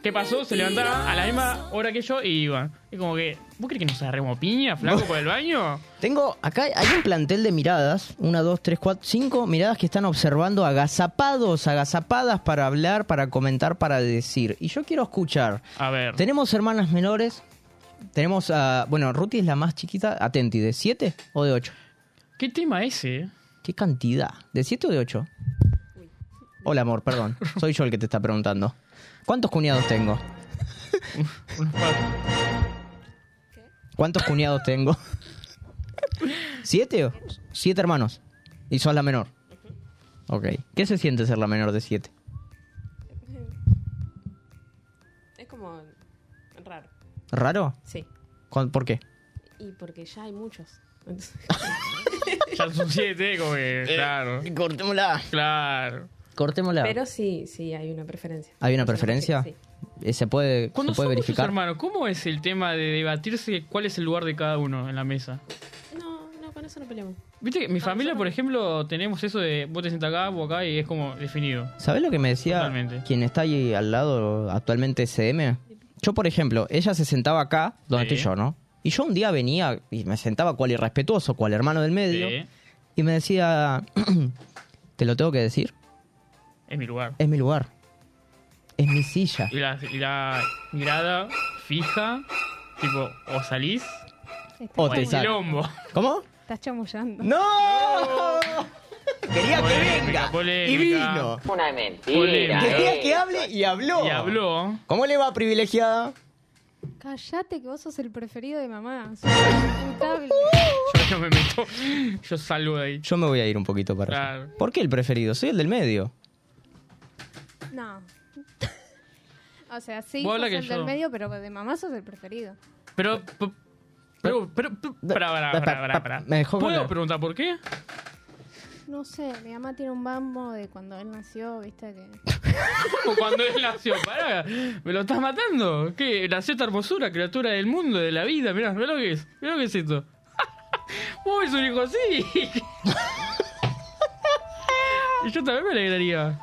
[SPEAKER 4] ¿qué pasó? Se levantaba a la misma hora que yo y iba. Es como que, ¿vos crees que nos agarremos piña, flaco, por el baño?
[SPEAKER 5] Tengo, acá hay un plantel de miradas, una, dos, tres, cuatro, cinco miradas que están observando agazapados, agazapadas para hablar, para comentar, para decir. Y yo quiero escuchar.
[SPEAKER 4] A ver.
[SPEAKER 5] Tenemos hermanas menores. Tenemos a, bueno, Ruti es la más chiquita, atenti, ¿de siete o de ocho?
[SPEAKER 4] ¿Qué tema ese?
[SPEAKER 5] ¿Qué cantidad? ¿De 7 o de 8? Hola, amor, perdón. Soy yo el que te está preguntando. ¿Cuántos cuñados tengo?
[SPEAKER 4] Unos cuatro.
[SPEAKER 5] ¿Cuántos cuñados tengo? ¿Siete? o- ¿Siete hermanos? Y sos la menor. Ok. ¿Qué se siente ser la menor de siete?
[SPEAKER 10] Es como raro,
[SPEAKER 5] ¿Raro?
[SPEAKER 10] sí.
[SPEAKER 5] ¿Con- ¿Por qué?
[SPEAKER 10] Y porque ya hay muchos.
[SPEAKER 4] Ya son siete, como que, claro.
[SPEAKER 5] Cortémosla.
[SPEAKER 4] Claro.
[SPEAKER 5] Cortémosla.
[SPEAKER 10] Pero sí, sí, hay una preferencia.
[SPEAKER 5] ¿Hay una
[SPEAKER 10] Entre los
[SPEAKER 5] preferencia?
[SPEAKER 10] chicos, sí.
[SPEAKER 5] Eh, ¿Se puede,
[SPEAKER 4] Cuando
[SPEAKER 5] se puede
[SPEAKER 4] son muchos
[SPEAKER 5] verificar?
[SPEAKER 4] hermanos, ¿cómo es el tema de debatirse cuál es el lugar de cada uno en la mesa?
[SPEAKER 10] No, no, con eso no peleamos.
[SPEAKER 4] Viste que mi
[SPEAKER 10] Ah,
[SPEAKER 4] familia,
[SPEAKER 10] yo no.
[SPEAKER 4] por ejemplo, tenemos eso de vos te sentás acá, vos acá, y es como definido.
[SPEAKER 5] ¿Sabes lo que me decía
[SPEAKER 4] Totalmente.
[SPEAKER 5] quien está ahí al lado actualmente CM? Yo, por ejemplo, ella se sentaba acá, donde
[SPEAKER 4] Sí.
[SPEAKER 5] estoy yo, ¿no? Y yo un día venía y me sentaba cual irrespetuoso, cual hermano del medio,
[SPEAKER 4] Sí.
[SPEAKER 5] y me decía, te lo tengo que decir,
[SPEAKER 4] Es mi lugar.
[SPEAKER 5] es mi lugar, es mi silla.
[SPEAKER 4] Y la, y la mirada fija, tipo, o salís
[SPEAKER 5] O
[SPEAKER 11] Este,
[SPEAKER 4] o
[SPEAKER 5] te
[SPEAKER 4] el
[SPEAKER 5] saco.
[SPEAKER 4] quilombo.
[SPEAKER 5] ¿Cómo?
[SPEAKER 10] Estás chamullando.
[SPEAKER 5] ¡No! Quería que
[SPEAKER 4] Polémica,
[SPEAKER 5] venga. Y
[SPEAKER 4] polémica.
[SPEAKER 5] vino.
[SPEAKER 12] Una
[SPEAKER 4] Polémica.
[SPEAKER 12] mentira.
[SPEAKER 5] Quería que hable y habló.
[SPEAKER 4] Y habló.
[SPEAKER 5] ¿Cómo le va, privilegiada?
[SPEAKER 11] Callate que vos sos el preferido de mamá. Sos imputable.
[SPEAKER 4] Yo no me meto. Yo salgo de ahí.
[SPEAKER 5] Yo me voy a ir un poquito para allá.
[SPEAKER 4] Claro.
[SPEAKER 5] ¿Por qué el preferido? Soy el del medio.
[SPEAKER 11] No. O sea, sí,
[SPEAKER 4] Vos
[SPEAKER 11] sos
[SPEAKER 4] habla
[SPEAKER 11] el
[SPEAKER 4] que yo.
[SPEAKER 11] del medio, pero de mamá sos el preferido.
[SPEAKER 4] Pero. p- Pero. Pero. p- Pará, pará,
[SPEAKER 5] Pa- pa-
[SPEAKER 4] pará, pará,
[SPEAKER 5] pa-
[SPEAKER 4] pará.
[SPEAKER 5] me dejó
[SPEAKER 4] ¿Puedo
[SPEAKER 5] colgado.
[SPEAKER 4] preguntar por qué?
[SPEAKER 11] No sé, mi mamá tiene un bambo de cuando él nació, viste que...
[SPEAKER 4] O cuando él nació. Pará. Me lo estás matando. ¿Qué? Nació esta hermosura, criatura del mundo, de la vida. Mirá, mirá lo que es. Mirá lo que es esto. Vos ves un hijo así. y yo también me alegraría.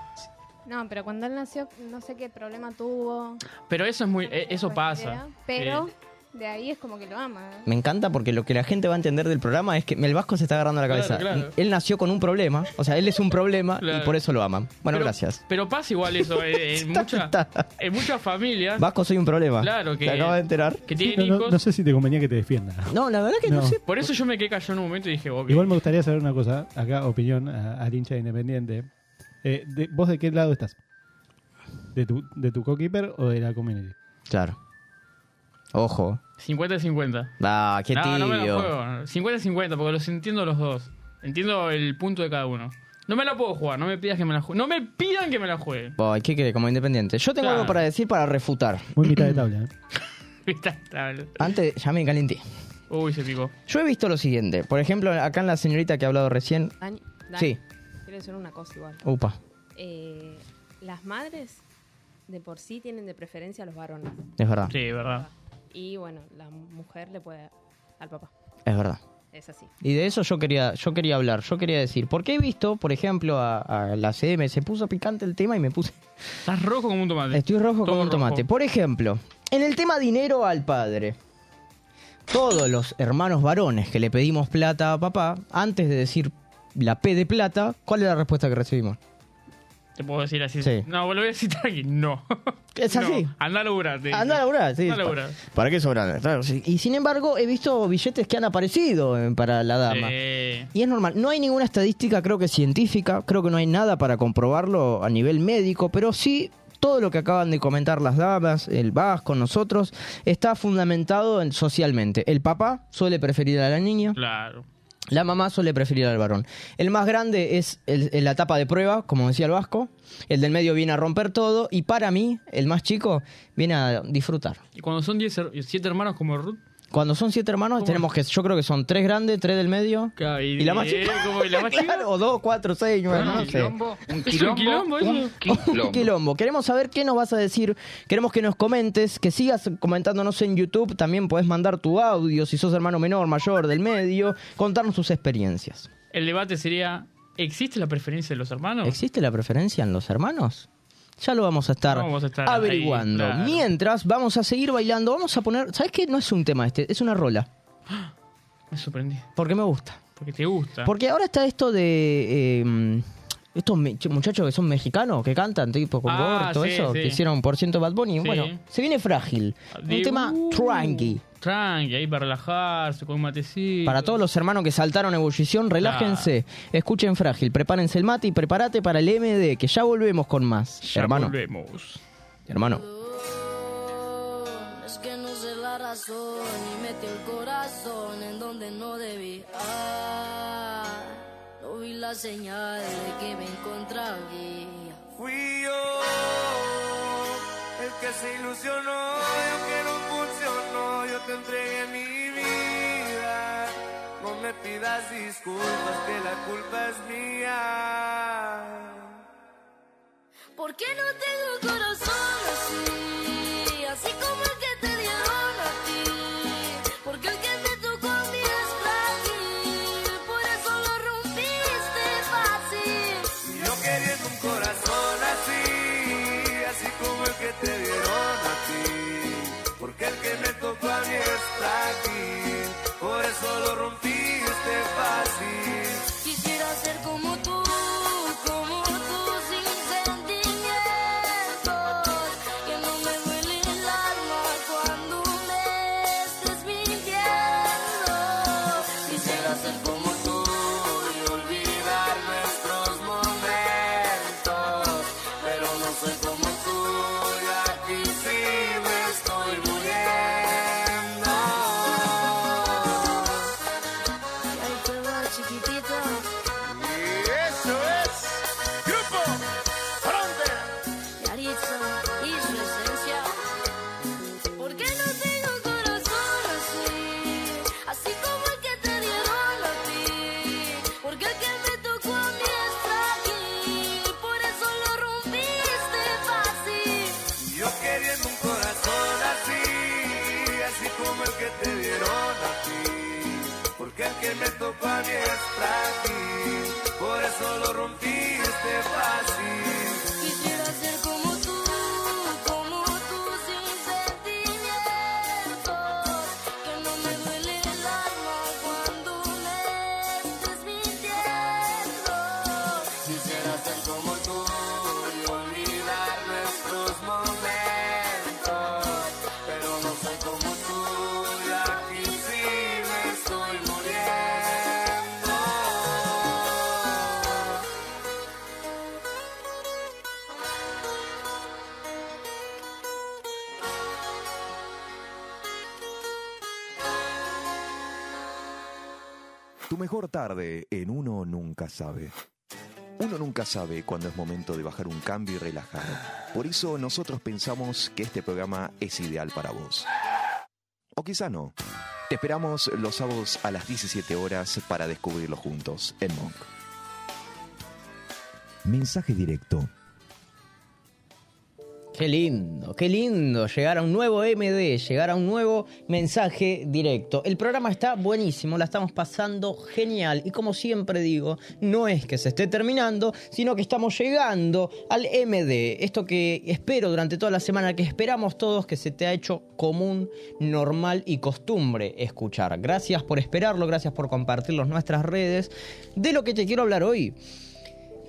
[SPEAKER 11] No, pero cuando él nació, no sé qué problema tuvo.
[SPEAKER 4] Pero eso es muy. eh, Eso
[SPEAKER 11] cualquiera,
[SPEAKER 4] pasa. eh.
[SPEAKER 11] Pero
[SPEAKER 4] Sí.
[SPEAKER 11] de ahí es como que lo ama.
[SPEAKER 5] Me encanta porque lo que la gente va a entender del programa es que el Vasco se está agarrando la
[SPEAKER 4] Claro,
[SPEAKER 5] cabeza.
[SPEAKER 4] claro.
[SPEAKER 5] Él nació con un problema, o sea, él es un problema y
[SPEAKER 4] Claro.
[SPEAKER 5] por eso lo aman. Bueno,
[SPEAKER 4] Pero-
[SPEAKER 5] gracias.
[SPEAKER 4] Pero pasa igual eso. eh, En,
[SPEAKER 5] Está
[SPEAKER 4] mucha-
[SPEAKER 5] asustada.
[SPEAKER 4] en muchas familias
[SPEAKER 5] Vasco, soy un problema.
[SPEAKER 4] Claro que-
[SPEAKER 5] ¿Te acabas de enterar?
[SPEAKER 4] que
[SPEAKER 6] Sí,
[SPEAKER 4] tienen
[SPEAKER 6] no, no-
[SPEAKER 4] hijos.
[SPEAKER 6] no sé si te convenía que te defienda.
[SPEAKER 5] No, la verdad que no,
[SPEAKER 6] No.
[SPEAKER 5] sé.
[SPEAKER 4] Por eso yo me quedé callado en un momento y dije, ok.
[SPEAKER 6] Igual me gustaría saber una cosa, acá opinión a- al hincha de independiente. Eh, de- ¿Vos de qué lado estás? ¿De tu, de tu coequiper o de la community?
[SPEAKER 5] Claro. Ojo.
[SPEAKER 4] 50-50.
[SPEAKER 5] Ah, qué
[SPEAKER 4] no,
[SPEAKER 5] tibio.
[SPEAKER 4] no me la juego. 50-50, porque los entiendo los dos. Entiendo el punto de cada uno. No me la puedo jugar, no me pidas que me la juegue. No me pidan que me la juegue.
[SPEAKER 5] Ay, ¿Qué querés? Como independiente. Yo tengo
[SPEAKER 4] Claro.
[SPEAKER 5] algo para decir para refutar.
[SPEAKER 6] Muy mitad de tabla. ¿eh?
[SPEAKER 4] Está estable.
[SPEAKER 5] Antes, ya me calenté.
[SPEAKER 4] Uy, se picó.
[SPEAKER 5] Yo he visto lo siguiente. Por ejemplo, acá en la señorita que ha hablado recién.
[SPEAKER 10] Dani, Dani,
[SPEAKER 5] Sí.
[SPEAKER 10] Quiero decir una cosa igual.
[SPEAKER 5] Upa.
[SPEAKER 10] Eh, las madres de por sí tienen de preferencia a los varones.
[SPEAKER 5] Es verdad.
[SPEAKER 4] Sí, verdad.
[SPEAKER 10] Y bueno, la mujer le puede al papá.
[SPEAKER 5] Es verdad.
[SPEAKER 10] Es así.
[SPEAKER 5] Y de eso yo quería, yo quería hablar, yo quería decir, porque he visto, por ejemplo, a, a la CM, se puso picante el tema y me puse...
[SPEAKER 4] Estás rojo como un tomate.
[SPEAKER 5] Estoy rojo
[SPEAKER 4] Todo
[SPEAKER 5] como un tomate.
[SPEAKER 4] rojo.
[SPEAKER 5] Por ejemplo, en el tema dinero al padre, todos los hermanos varones que le pedimos plata a papá, antes de decir la P de plata, ¿cuál es la respuesta que recibimos?
[SPEAKER 4] Te puedo decir así.
[SPEAKER 5] Sí.
[SPEAKER 4] No, vos lo voy a citar aquí. No.
[SPEAKER 5] Es así.
[SPEAKER 4] No. Andá a laburar. te dice.
[SPEAKER 5] Andá a laburar, Ah, sí.
[SPEAKER 4] Andá a laburar.
[SPEAKER 5] ¿Para qué sobran? Claro, sí. Y sin embargo, he visto billetes que han aparecido eh, para la dama.
[SPEAKER 4] Eh,
[SPEAKER 5] Y es normal, no hay ninguna estadística, creo que científica, creo que no hay nada para comprobarlo a nivel médico, pero sí todo lo que acaban de comentar las damas, el vasco, nosotros, está fundamentado en- socialmente. El papá suele preferir a la niña,
[SPEAKER 4] claro.
[SPEAKER 5] la mamá suele preferir al varón. El más grande es el- el- la etapa de prueba, como decía el vasco, el del medio viene a romper todo y para mí, el más chico, viene a disfrutar.
[SPEAKER 4] Y cuando son 7 hermanos como Ruth.
[SPEAKER 5] Cuando son siete hermanos,
[SPEAKER 4] ¿Cómo?
[SPEAKER 5] tenemos que, yo creo que son tres grandes, tres del medio.
[SPEAKER 4] claro,
[SPEAKER 5] Y la más chica.
[SPEAKER 4] como- y la más chica.
[SPEAKER 5] Claro, o dos, cuatro, seis, nueve,
[SPEAKER 4] Claro,
[SPEAKER 5] no
[SPEAKER 4] un
[SPEAKER 5] sé.
[SPEAKER 4] quilombo. Es un quilombo eso.
[SPEAKER 5] Un quilombo. Queremos saber qué nos vas a decir. Queremos que nos comentes, que sigas comentándonos en YouTube. También podés mandar tu audio si sos hermano menor, mayor, del medio. Contarnos tus experiencias.
[SPEAKER 4] El debate sería: ¿existe la preferencia de los hermanos?
[SPEAKER 5] ¿Existe la preferencia en los hermanos? Ya lo vamos a estar,
[SPEAKER 4] Vamos a estar ahí,
[SPEAKER 5] averiguando.
[SPEAKER 4] claro.
[SPEAKER 5] Mientras, vamos a seguir bailando. Vamos a poner. ¿Sabes qué? No es un tema este, es una rola.
[SPEAKER 4] Me sorprendí.
[SPEAKER 5] Porque me gusta.
[SPEAKER 4] Porque te gusta.
[SPEAKER 5] Porque ahora está esto de. eh, estos me- muchachos que son mexicanos, que cantan, tipo con
[SPEAKER 4] Ah,
[SPEAKER 5] gorro, todo
[SPEAKER 4] sí,
[SPEAKER 5] eso,
[SPEAKER 4] sí.
[SPEAKER 5] que hicieron por ciento Bad Bunny.
[SPEAKER 4] Sí.
[SPEAKER 5] Bueno, se viene frágil.
[SPEAKER 4] De-
[SPEAKER 5] un tema
[SPEAKER 4] uh,
[SPEAKER 5] tranqui.
[SPEAKER 4] Tranqui, ahí para relajarse, con un matecito.
[SPEAKER 5] Para todos los hermanos que saltaron ebullición, relájense, escuchen frágil, prepárense el mate y prepárate para el MD, que ya volvemos con más.
[SPEAKER 4] Ya
[SPEAKER 5] hermano,
[SPEAKER 4] volvemos.
[SPEAKER 5] hermano.
[SPEAKER 12] Es que no sé la razón y metí el corazón en donde Ah, no debía. No Yo vi la señal de que me encontraría.
[SPEAKER 7] Fui yo el que se ilusionó, yo que no funcionó, yo te entregué mi vida. No me pidas disculpas, que la culpa es mía.
[SPEAKER 12] ¿Por qué no tengo corazón así? Así como el que te dieron a ti. Porque el que te tocó a mí es frágil. Por eso lo rompiste fácil.
[SPEAKER 7] Y yo queriendo un corazón así, así como el que te dieron a ti. Porque el que me tocó a mí está aquí, por eso lo rompiste fácil.
[SPEAKER 12] Quisiera ser como tú, como tú sin sentimientos, que no me duele el alma cuando me estés mintiendo.
[SPEAKER 7] Quisiera ser como tú y olvidar nuestros momentos, pero no soy como tú y aquí sí me estoy muriendo.
[SPEAKER 12] Y ahí te va, chiquitito.
[SPEAKER 7] Y eso es Grupo Frontera.
[SPEAKER 12] Yaritza y su esencia. ¿Por qué no tengo corazón así? Así como el que te dieron a ti. Porque el que me tocó a mí está aquí. Por eso lo rompiste fácil.
[SPEAKER 7] Yo queriendo un corazón así, así como el que te dieron a ti, porque el que me tocó a mí está aquí, por eso lo este rompiste fácil.
[SPEAKER 12] Quisiera ser como tú, como tú sin sentimientos, que no me duele el alma cuando me estés mintiendo.
[SPEAKER 7] Quisiera ser como tú y olvidar nuestros momentos, pero no soy como tú y aquí sí me estoy muriendo.
[SPEAKER 2] Tu mejor tarde en uno nunca sabe. Uno nunca sabe cuándo es momento de bajar un cambio y relajar. Por eso nosotros pensamos que este programa es ideal para vos. O quizá no. Te esperamos los sábados a las 17 horas para descubrirlo juntos en Monk. Mensaje directo.
[SPEAKER 5] Qué lindo, qué lindo llegar a un nuevo MD, llegar a un nuevo mensaje directo. El programa está buenísimo, la estamos pasando genial y como siempre digo, no es que se esté terminando, sino que estamos llegando al MD, esto que espero durante toda la semana, que esperamos todos que se te ha hecho común, normal y costumbre escuchar. Gracias por esperarlo, gracias por compartirlo en nuestras redes. De lo que te quiero hablar hoy.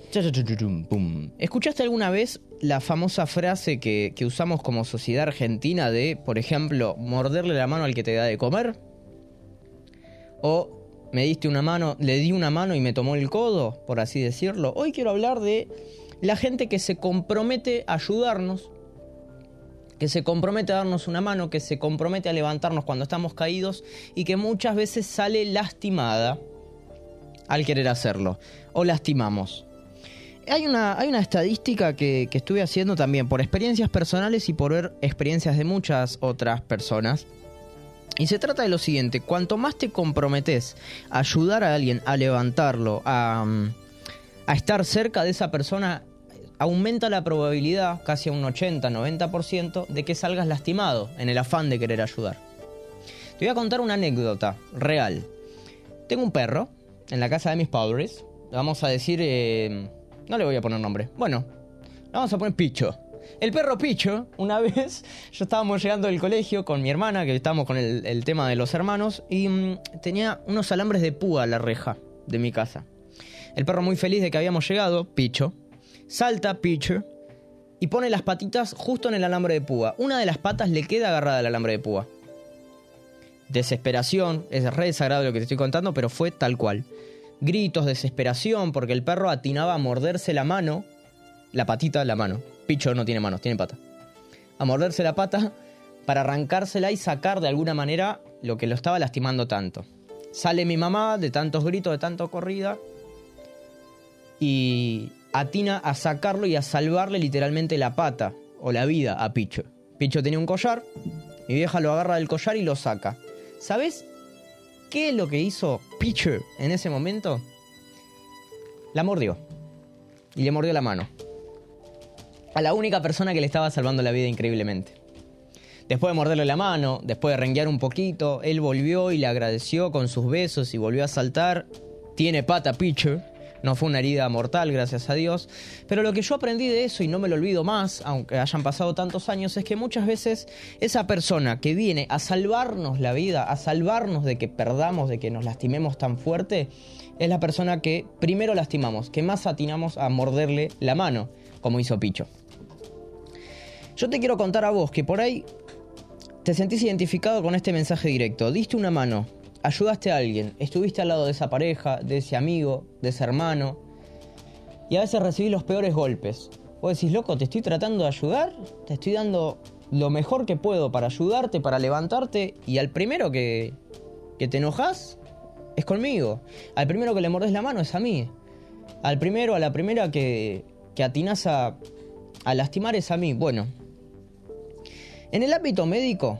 [SPEAKER 5] Chachachuchum, pum. ¿Escuchaste alguna vez la famosa frase que, que usamos como sociedad argentina de, por ejemplo, morderle la mano al que te da de comer? ¿O me diste una mano, le di una mano y me tomó el codo, por así decirlo? Hoy quiero hablar de la gente que se compromete a ayudarnos, que se compromete a darnos una mano, que se compromete a levantarnos cuando estamos caídos y que muchas veces sale lastimada al querer hacerlo. O lastimamos hay una, hay una estadística que, que estuve haciendo también por experiencias personales y por ver experiencias de muchas otras personas. Y se trata de lo siguiente, cuanto más te comprometes a ayudar a alguien, a levantarlo, a, mm, a estar cerca de esa persona, aumenta la probabilidad, casi a un 80-90%, de que salgas lastimado en el afán de querer ayudar. Te voy a contar una anécdota real. Tengo un perro en la casa de mis padres. Vamos a decir... eh, no le voy a poner nombre. Bueno, le vamos a poner Picho. El perro Picho, una vez, yo estábamos llegando del colegio con mi hermana, que estábamos con el, el tema de los hermanos, y mm, tenía unos alambres de púa a la reja de mi casa. El perro muy feliz de que habíamos llegado, Picho, salta Picho y pone las patitas justo en el alambre de púa. Una de las patas le queda agarrada al alambre de púa. Desesperación, es re desagradable lo que te estoy contando, pero fue tal cual gritos, desesperación, porque el perro atinaba a morderse la mano, la patita de la mano. Picho no tiene manos, tiene pata. A morderse la pata para arrancársela y sacar de alguna manera lo que lo estaba lastimando tanto. Sale mi mamá de tantos gritos, de tanto corrida, y atina a sacarlo y a salvarle literalmente la pata o la vida a Picho. Picho tenía un collar, mi vieja lo agarra del collar y lo saca. ¿Sabes qué es lo que hizo Picho en ese momento? La mordió. Y le mordió la mano. A la única persona que le estaba salvando la vida increíblemente. Después de morderle la mano, después de renguear un poquito, él volvió y le agradeció con sus besos y volvió a saltar. Tiene pata Pichu. No fue una herida mortal, gracias a Dios. Pero lo que yo aprendí de eso, y no me lo olvido más, aunque hayan pasado tantos años, es que muchas veces esa persona que viene a salvarnos la vida, a salvarnos de que perdamos, de que nos lastimemos tan fuerte, es la persona que primero lastimamos, que más atinamos a morderle la mano, como hizo Picho. Yo te quiero contar a vos que por ahí te sentís identificado con este mensaje directo. Diste una mano, ayudaste a alguien, estuviste al lado de esa pareja, de ese amigo, de ese hermano. Y a veces recibís los peores golpes. Vos decís, loco, te estoy tratando de ayudar, te estoy dando lo mejor que puedo para ayudarte, para levantarte. Y al primero que, que te enojas, es conmigo. Al primero que le mordés la mano es a mí. Al primero, a la primera que, que atinás a, a lastimar es a mí. Bueno, en el ámbito médico,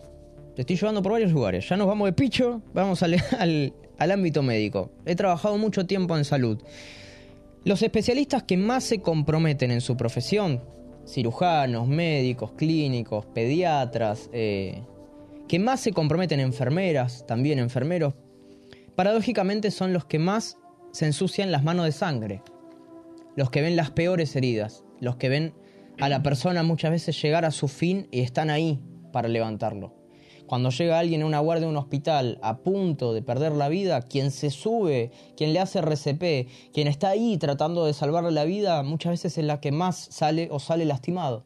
[SPEAKER 5] te estoy llevando por varios lugares. Ya nos vamos de picho, vamos al, al- al ámbito médico. He trabajado mucho tiempo en salud. Los especialistas que más se comprometen en su profesión, cirujanos, médicos, clínicos, pediatras, eh, que más se comprometen enfermeras, también enfermeros, paradójicamente son los que más se ensucian las manos de sangre, los que ven las peores heridas, los que ven a la persona muchas veces llegar a su fin y están ahí para levantarlo. Cuando llega alguien en una guardia de un hospital a punto de perder la vida, quien se sube, quien le hace RCP, quien está ahí tratando de salvarle la vida, muchas veces es la que más sale o sale lastimado.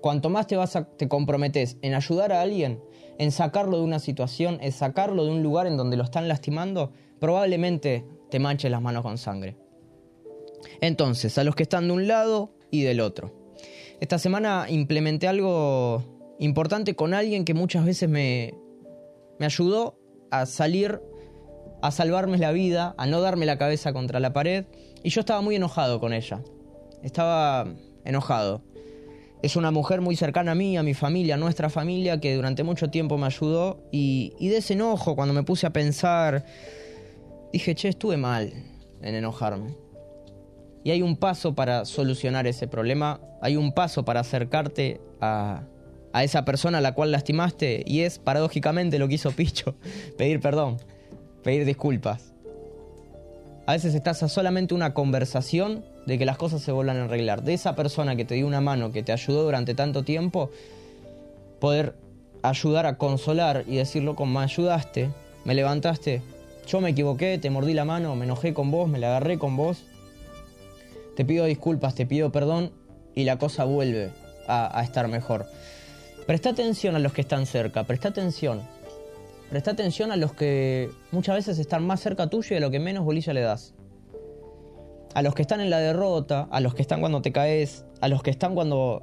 [SPEAKER 5] Cuanto más te, vas a- te comprometes en ayudar a alguien, en sacarlo de una situación, en sacarlo de un lugar en donde lo están lastimando, probablemente te manches las manos con sangre. Entonces, a los que están de un lado y del otro. Esta semana implementé algo importante con alguien que muchas veces me, me ayudó a salir, a salvarme la vida, a no darme la cabeza contra la pared. Y yo estaba muy enojado con ella. Estaba enojado. Es una mujer muy cercana a mí, a mi familia, a nuestra familia, que durante mucho tiempo me ayudó. Y, y de ese enojo, cuando me puse a pensar, dije, che, estuve mal en enojarme. Y hay un paso para solucionar ese problema, hay un paso para acercarte a, a esa persona a la cual lastimaste y es paradójicamente lo que hizo Picho, pedir perdón, pedir disculpas. A veces estás a solamente una conversación de que las cosas se vuelvan a arreglar, de esa persona que te dio una mano, que te ayudó durante tanto tiempo, poder ayudar a consolar y decirlo con me ayudaste, me levantaste, yo me equivoqué, te mordí la mano, me enojé con vos, me la agarré con vos, te pido disculpas, te pido perdón y la cosa vuelve a, a estar mejor. Presta atención a los que están cerca, presta atención. Presta atención a los que muchas veces están más cerca tuyo y a lo que menos bolilla le das. A los que están en la derrota, a los que están cuando te caes, a los que están cuando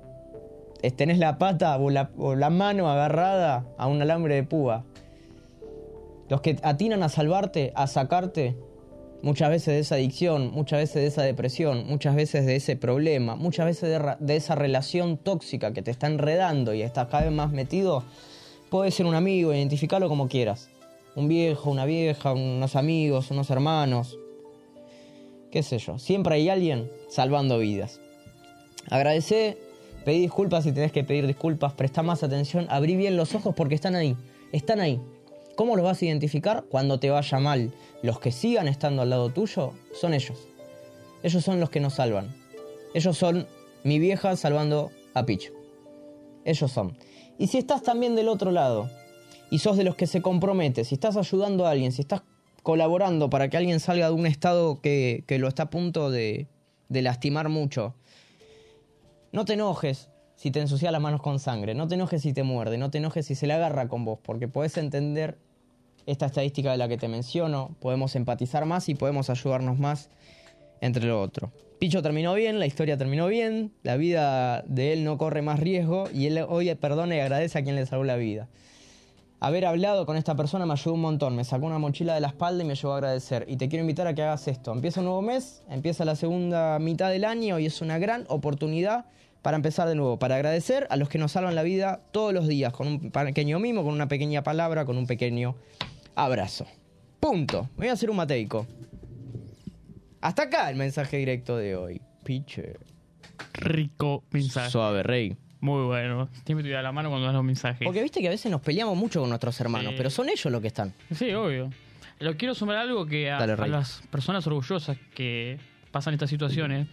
[SPEAKER 5] eh, tenés la pata o la, o la mano agarrada a un alambre de púa. Los que atinan a salvarte, a sacarte muchas veces de esa adicción, muchas veces de esa depresión, muchas veces de ese problema, muchas veces de, ra- de esa relación tóxica que te está enredando y estás cada vez más metido, puede ser un amigo, identificarlo como quieras. Un viejo, una vieja, unos amigos, unos hermanos, qué sé yo. Siempre hay alguien salvando vidas. Agradecé, pedí disculpas si tenés que pedir disculpas, prestá más atención, abrí bien los ojos porque están ahí, están ahí. ¿Cómo los vas a identificar cuando te vaya mal? Los que sigan estando al lado tuyo son ellos. Ellos son los que nos salvan. Ellos son mi vieja salvando a Pichu. Ellos son. Y si estás también del otro lado y sos de los que se compromete, si estás ayudando a alguien, si estás colaborando para que alguien salga de un estado que, que lo está a punto de, de lastimar mucho, no te enojes si te ensucias las manos con sangre, no te enojes si te muerde, no te enojes si se le agarra con vos, porque podés entender esta estadística de la que te menciono, podemos empatizar más y podemos ayudarnos más entre lo otro. Picho terminó bien, la historia terminó bien, la vida de él no corre más riesgo y él hoy perdona y agradece a quien le salvó la vida. Haber hablado con esta persona me ayudó un montón. Me sacó una mochila de la espalda y me llevó a agradecer. Y te quiero invitar a que hagas esto. Empieza un nuevo mes, empieza la segunda mitad del año y es una gran oportunidad para empezar de nuevo, para agradecer a los que nos salvan la vida todos los días, con un pequeño mimo, con una pequeña palabra, con un pequeño abrazo. Punto. Me voy a hacer un mateico. Hasta acá el mensaje directo de hoy. Piche.
[SPEAKER 4] Rico mensaje.
[SPEAKER 5] Suave, rey.
[SPEAKER 4] Muy bueno. Siempre te voy a la mano cuando das los mensajes.
[SPEAKER 5] Porque viste que a veces nos peleamos mucho con nuestros hermanos,
[SPEAKER 4] Sí.
[SPEAKER 5] pero son ellos los que están.
[SPEAKER 4] Sí, obvio. Lo quiero sumar algo que a,
[SPEAKER 5] Dale,
[SPEAKER 4] a
[SPEAKER 5] Rey.
[SPEAKER 4] las personas orgullosas que pasan estas situaciones,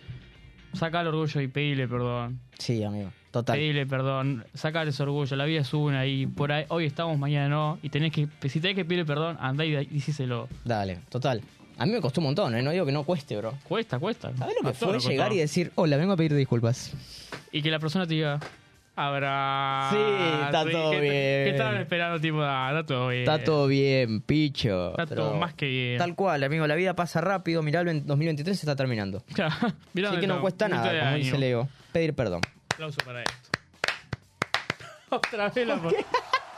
[SPEAKER 4] saca el orgullo y pedile perdón.
[SPEAKER 5] Sí, amigo. Total.
[SPEAKER 4] Pedile perdón, saca ese orgullo, la vida es una y por ahí, hoy estamos, mañana no, y tenés que, si tenés que pedirle perdón, andá y díselo.
[SPEAKER 5] Dale, total. A mí me costó un montón, ¿eh? no digo que no cueste, bro.
[SPEAKER 4] Cuesta, cuesta.
[SPEAKER 5] ¿Sabés lo
[SPEAKER 4] A todos
[SPEAKER 5] que fue
[SPEAKER 4] nos costó.
[SPEAKER 5] llegar y decir, hola, vengo a pedir disculpas?
[SPEAKER 4] Y que la persona te diga, habrá...
[SPEAKER 5] Sí, está todo
[SPEAKER 4] ¿qué-
[SPEAKER 5] bien.
[SPEAKER 4] ¿Qué estaban esperando? Tipo, "Ah, está todo bien.
[SPEAKER 5] Está todo bien, picho.
[SPEAKER 4] Está todo más que bien.
[SPEAKER 5] Tal cual, amigo, la vida pasa rápido. Mirá, el ven- 2023 se está terminando.
[SPEAKER 4] mirá
[SPEAKER 5] Así
[SPEAKER 4] dónde
[SPEAKER 5] que no
[SPEAKER 4] estamos,
[SPEAKER 5] cuesta
[SPEAKER 4] mitad de
[SPEAKER 5] nada, como
[SPEAKER 4] año.
[SPEAKER 5] dice Leo. Pedir perdón.
[SPEAKER 4] Aplauso para esto. Otra vez la...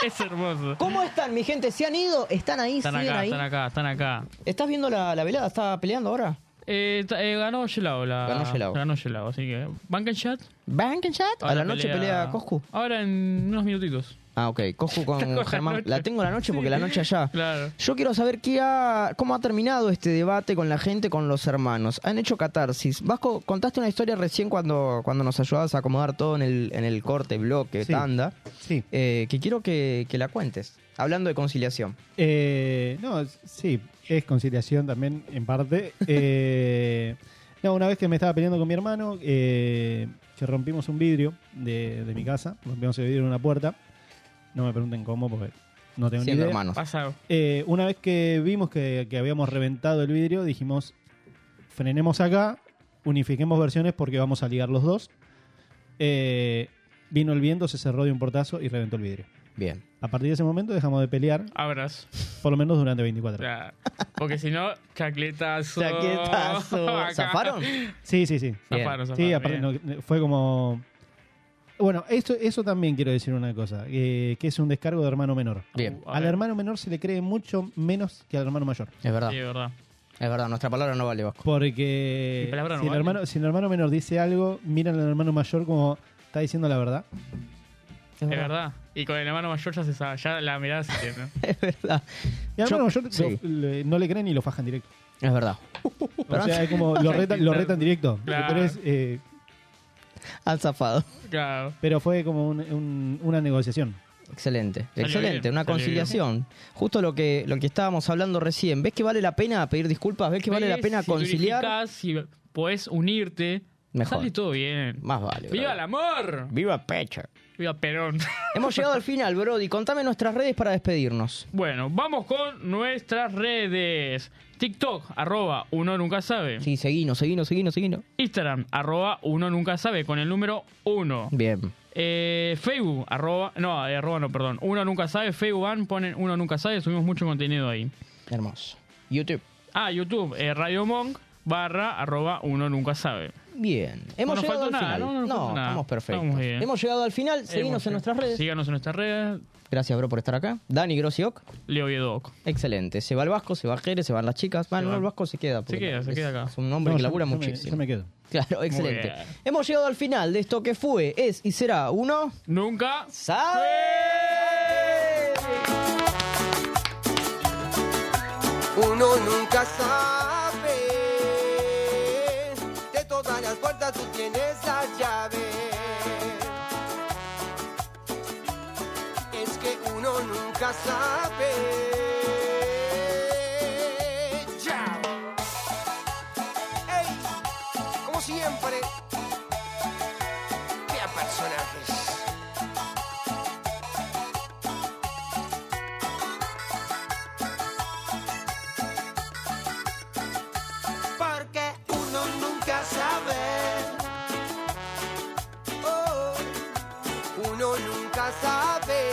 [SPEAKER 4] Es hermoso.
[SPEAKER 5] ¿Cómo están, mi gente? ¿Se han ido? ¿Están ahí?
[SPEAKER 4] Están
[SPEAKER 5] ¿Siguen
[SPEAKER 4] acá,
[SPEAKER 5] ahí?
[SPEAKER 4] están acá, están acá.
[SPEAKER 5] ¿Estás viendo la, la velada? ¿Está peleando ahora?
[SPEAKER 4] Eh, ta- eh, ganó Yelao la.
[SPEAKER 5] Ganó Yelao.
[SPEAKER 4] Ganó Yelao, así que. Bank and Chat.
[SPEAKER 5] Bank and Chat. A la noche pelea Coscu.
[SPEAKER 4] Ahora en unos minutitos.
[SPEAKER 5] Ah, ok. Coscu
[SPEAKER 4] Tengo
[SPEAKER 5] con
[SPEAKER 4] la
[SPEAKER 5] Germán.
[SPEAKER 4] noche.
[SPEAKER 5] La tengo la noche porque la noche allá.
[SPEAKER 4] Claro.
[SPEAKER 5] Yo quiero saber qué ha, cómo ha terminado este debate con la gente, con los hermanos. Han hecho catarsis. Vasco, contaste una historia recién cuando, cuando nos ayudabas a acomodar todo en el, en el corte, bloque,
[SPEAKER 6] Sí.
[SPEAKER 5] tanda. eh,
[SPEAKER 6] Sí.
[SPEAKER 5] que quiero que, que la cuentes. Hablando de conciliación.
[SPEAKER 6] Eh, no, sí, es conciliación también en parte. Eh, no, una vez que me estaba peleando con mi hermano, eh, que rompimos un vidrio de, de mi casa, rompimos el vidrio en una puerta. No me pregunten cómo, porque no tengo ni
[SPEAKER 5] Siendo
[SPEAKER 6] idea.
[SPEAKER 5] hermanos.
[SPEAKER 4] Pasa.
[SPEAKER 6] Eh, una vez que vimos que, que habíamos reventado el vidrio, dijimos, frenemos acá, unifiquemos versiones porque vamos a ligar los dos. Eh, vino el viento, se cerró de un portazo y reventó el vidrio.
[SPEAKER 5] Bien.
[SPEAKER 6] A partir de ese momento dejamos de pelear,
[SPEAKER 4] Abras.
[SPEAKER 6] por lo menos durante 24 horas.
[SPEAKER 4] Ya. Porque si no, chaquetazo.
[SPEAKER 5] Chaquetazo.
[SPEAKER 4] Acá.
[SPEAKER 5] ¿Zafaron?
[SPEAKER 6] Sí, sí, sí.
[SPEAKER 4] Bien. Zafaron,
[SPEAKER 6] Sí,
[SPEAKER 4] zafaron,
[SPEAKER 6] aparte
[SPEAKER 4] bien.
[SPEAKER 6] no, eh, fue como... Bueno, eso, eso también quiero decir una cosa, eh, que es un descargo de hermano menor.
[SPEAKER 5] Bien.
[SPEAKER 6] Al hermano menor se le cree mucho menos que al hermano mayor.
[SPEAKER 5] Es verdad.
[SPEAKER 4] Sí, es verdad.
[SPEAKER 5] Es verdad. Nuestra palabra no vale, Vasco.
[SPEAKER 6] Porque
[SPEAKER 4] Mi palabra no
[SPEAKER 6] si, el
[SPEAKER 4] vale.
[SPEAKER 6] hermano, si el hermano menor dice algo, miran al hermano mayor como está diciendo la verdad.
[SPEAKER 4] Es verdad. Y con el hermano mayor ya se sabe, ya la mirada se tiene.
[SPEAKER 5] Es verdad.
[SPEAKER 6] Y al
[SPEAKER 5] Yo-
[SPEAKER 6] hermano mayor
[SPEAKER 5] sí.
[SPEAKER 6] lo- le- no le creen y lo fajan directo.
[SPEAKER 5] Es verdad.
[SPEAKER 6] O sea, es como lo retan, lo retan directo.
[SPEAKER 4] Uh, Claro.
[SPEAKER 6] Pero, es, eh,
[SPEAKER 5] Han zafado.
[SPEAKER 4] Claro.
[SPEAKER 6] pero fue como un- un- una negociación.
[SPEAKER 5] Excelente,
[SPEAKER 4] Salió
[SPEAKER 5] excelente,
[SPEAKER 4] bien,
[SPEAKER 5] una
[SPEAKER 4] salió
[SPEAKER 5] conciliación. Justo lo que, lo que estábamos hablando recién. ¿Ves que vale la pena pedir disculpas? ¿Ves que vale la
[SPEAKER 4] Ves,
[SPEAKER 5] pena
[SPEAKER 4] si
[SPEAKER 5] conciliar?
[SPEAKER 4] unificás, Si podés unirte,
[SPEAKER 5] Mejor.
[SPEAKER 4] sale todo bien.
[SPEAKER 5] Más vale. bro.
[SPEAKER 4] ¡Viva el amor!
[SPEAKER 5] ¡Viva Pecha!
[SPEAKER 4] ¡Viva Perón!
[SPEAKER 5] Hemos llegado al final, Brody. Contame nuestras redes para despedirnos.
[SPEAKER 4] Bueno, vamos con nuestras redes. TikTok, arroba uno nunca sabe.
[SPEAKER 5] Sí, seguinos, seguinos, seguinos, seguinos.
[SPEAKER 4] Instagram, arroba uno nunca sabe, con el número uno.
[SPEAKER 5] Bien.
[SPEAKER 4] Eh, Facebook, arroba, no, eh, arroba no, perdón. Uno nunca sabe, Facebook van, ponen uno nunca sabe, subimos mucho contenido ahí.
[SPEAKER 5] Hermoso. YouTube.
[SPEAKER 4] Ah, YouTube, eh, Radio Monk, barra, arroba uno nunca sabe.
[SPEAKER 5] Bien. Hemos
[SPEAKER 4] nos
[SPEAKER 5] llegado
[SPEAKER 4] faltó
[SPEAKER 5] al
[SPEAKER 4] nada,
[SPEAKER 5] final.
[SPEAKER 4] no, no nos faltó nada.
[SPEAKER 5] estamos perfectos.
[SPEAKER 4] Estamos bien. Eh,
[SPEAKER 5] Hemos llegado al final. Seguinos en
[SPEAKER 4] Hemos-
[SPEAKER 5] nuestras redes.
[SPEAKER 4] Síganos en nuestras redes,
[SPEAKER 5] Gracias, bro, por estar acá. Dani Grossioc.
[SPEAKER 4] Leo Yedoc.
[SPEAKER 5] Excelente. Se va el Vasco, se va Jerez, se van las chicas. Bueno,
[SPEAKER 4] va.
[SPEAKER 5] el Vasco se queda. porque
[SPEAKER 4] queda, se
[SPEAKER 5] es-
[SPEAKER 4] queda acá.
[SPEAKER 5] Es un hombre
[SPEAKER 6] No,
[SPEAKER 5] que
[SPEAKER 6] yo-
[SPEAKER 5] labura
[SPEAKER 6] yo me-
[SPEAKER 5] muchísimo.
[SPEAKER 6] yo me quedo.
[SPEAKER 5] Claro, excelente.
[SPEAKER 4] bien.
[SPEAKER 5] Hemos llegado al final de esto que fue, es y será uno.
[SPEAKER 4] Nunca
[SPEAKER 5] ¡Sabe!
[SPEAKER 3] Uno nunca sabe, de todas las puertas tú tienes la llave. Es que uno nunca sabe. Ya. Ey, como siempre, vea personajes. porque uno nunca sabe. Oh, uno nunca sabe.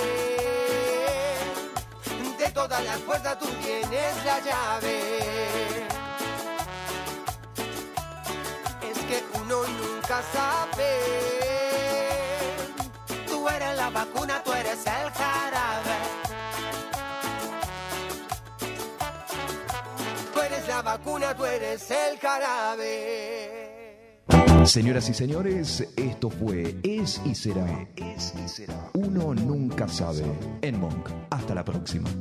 [SPEAKER 3] De todas las puertas tú tienes la llave. Es que uno nunca sabe. Tú eres la vacuna, tú eres el jarabe.
[SPEAKER 1] la vacuna, tú eres el jarabe.
[SPEAKER 2] Señoras y señores, esto fue Es y Será. Uno nunca sabe. En Monk. Hasta la próxima.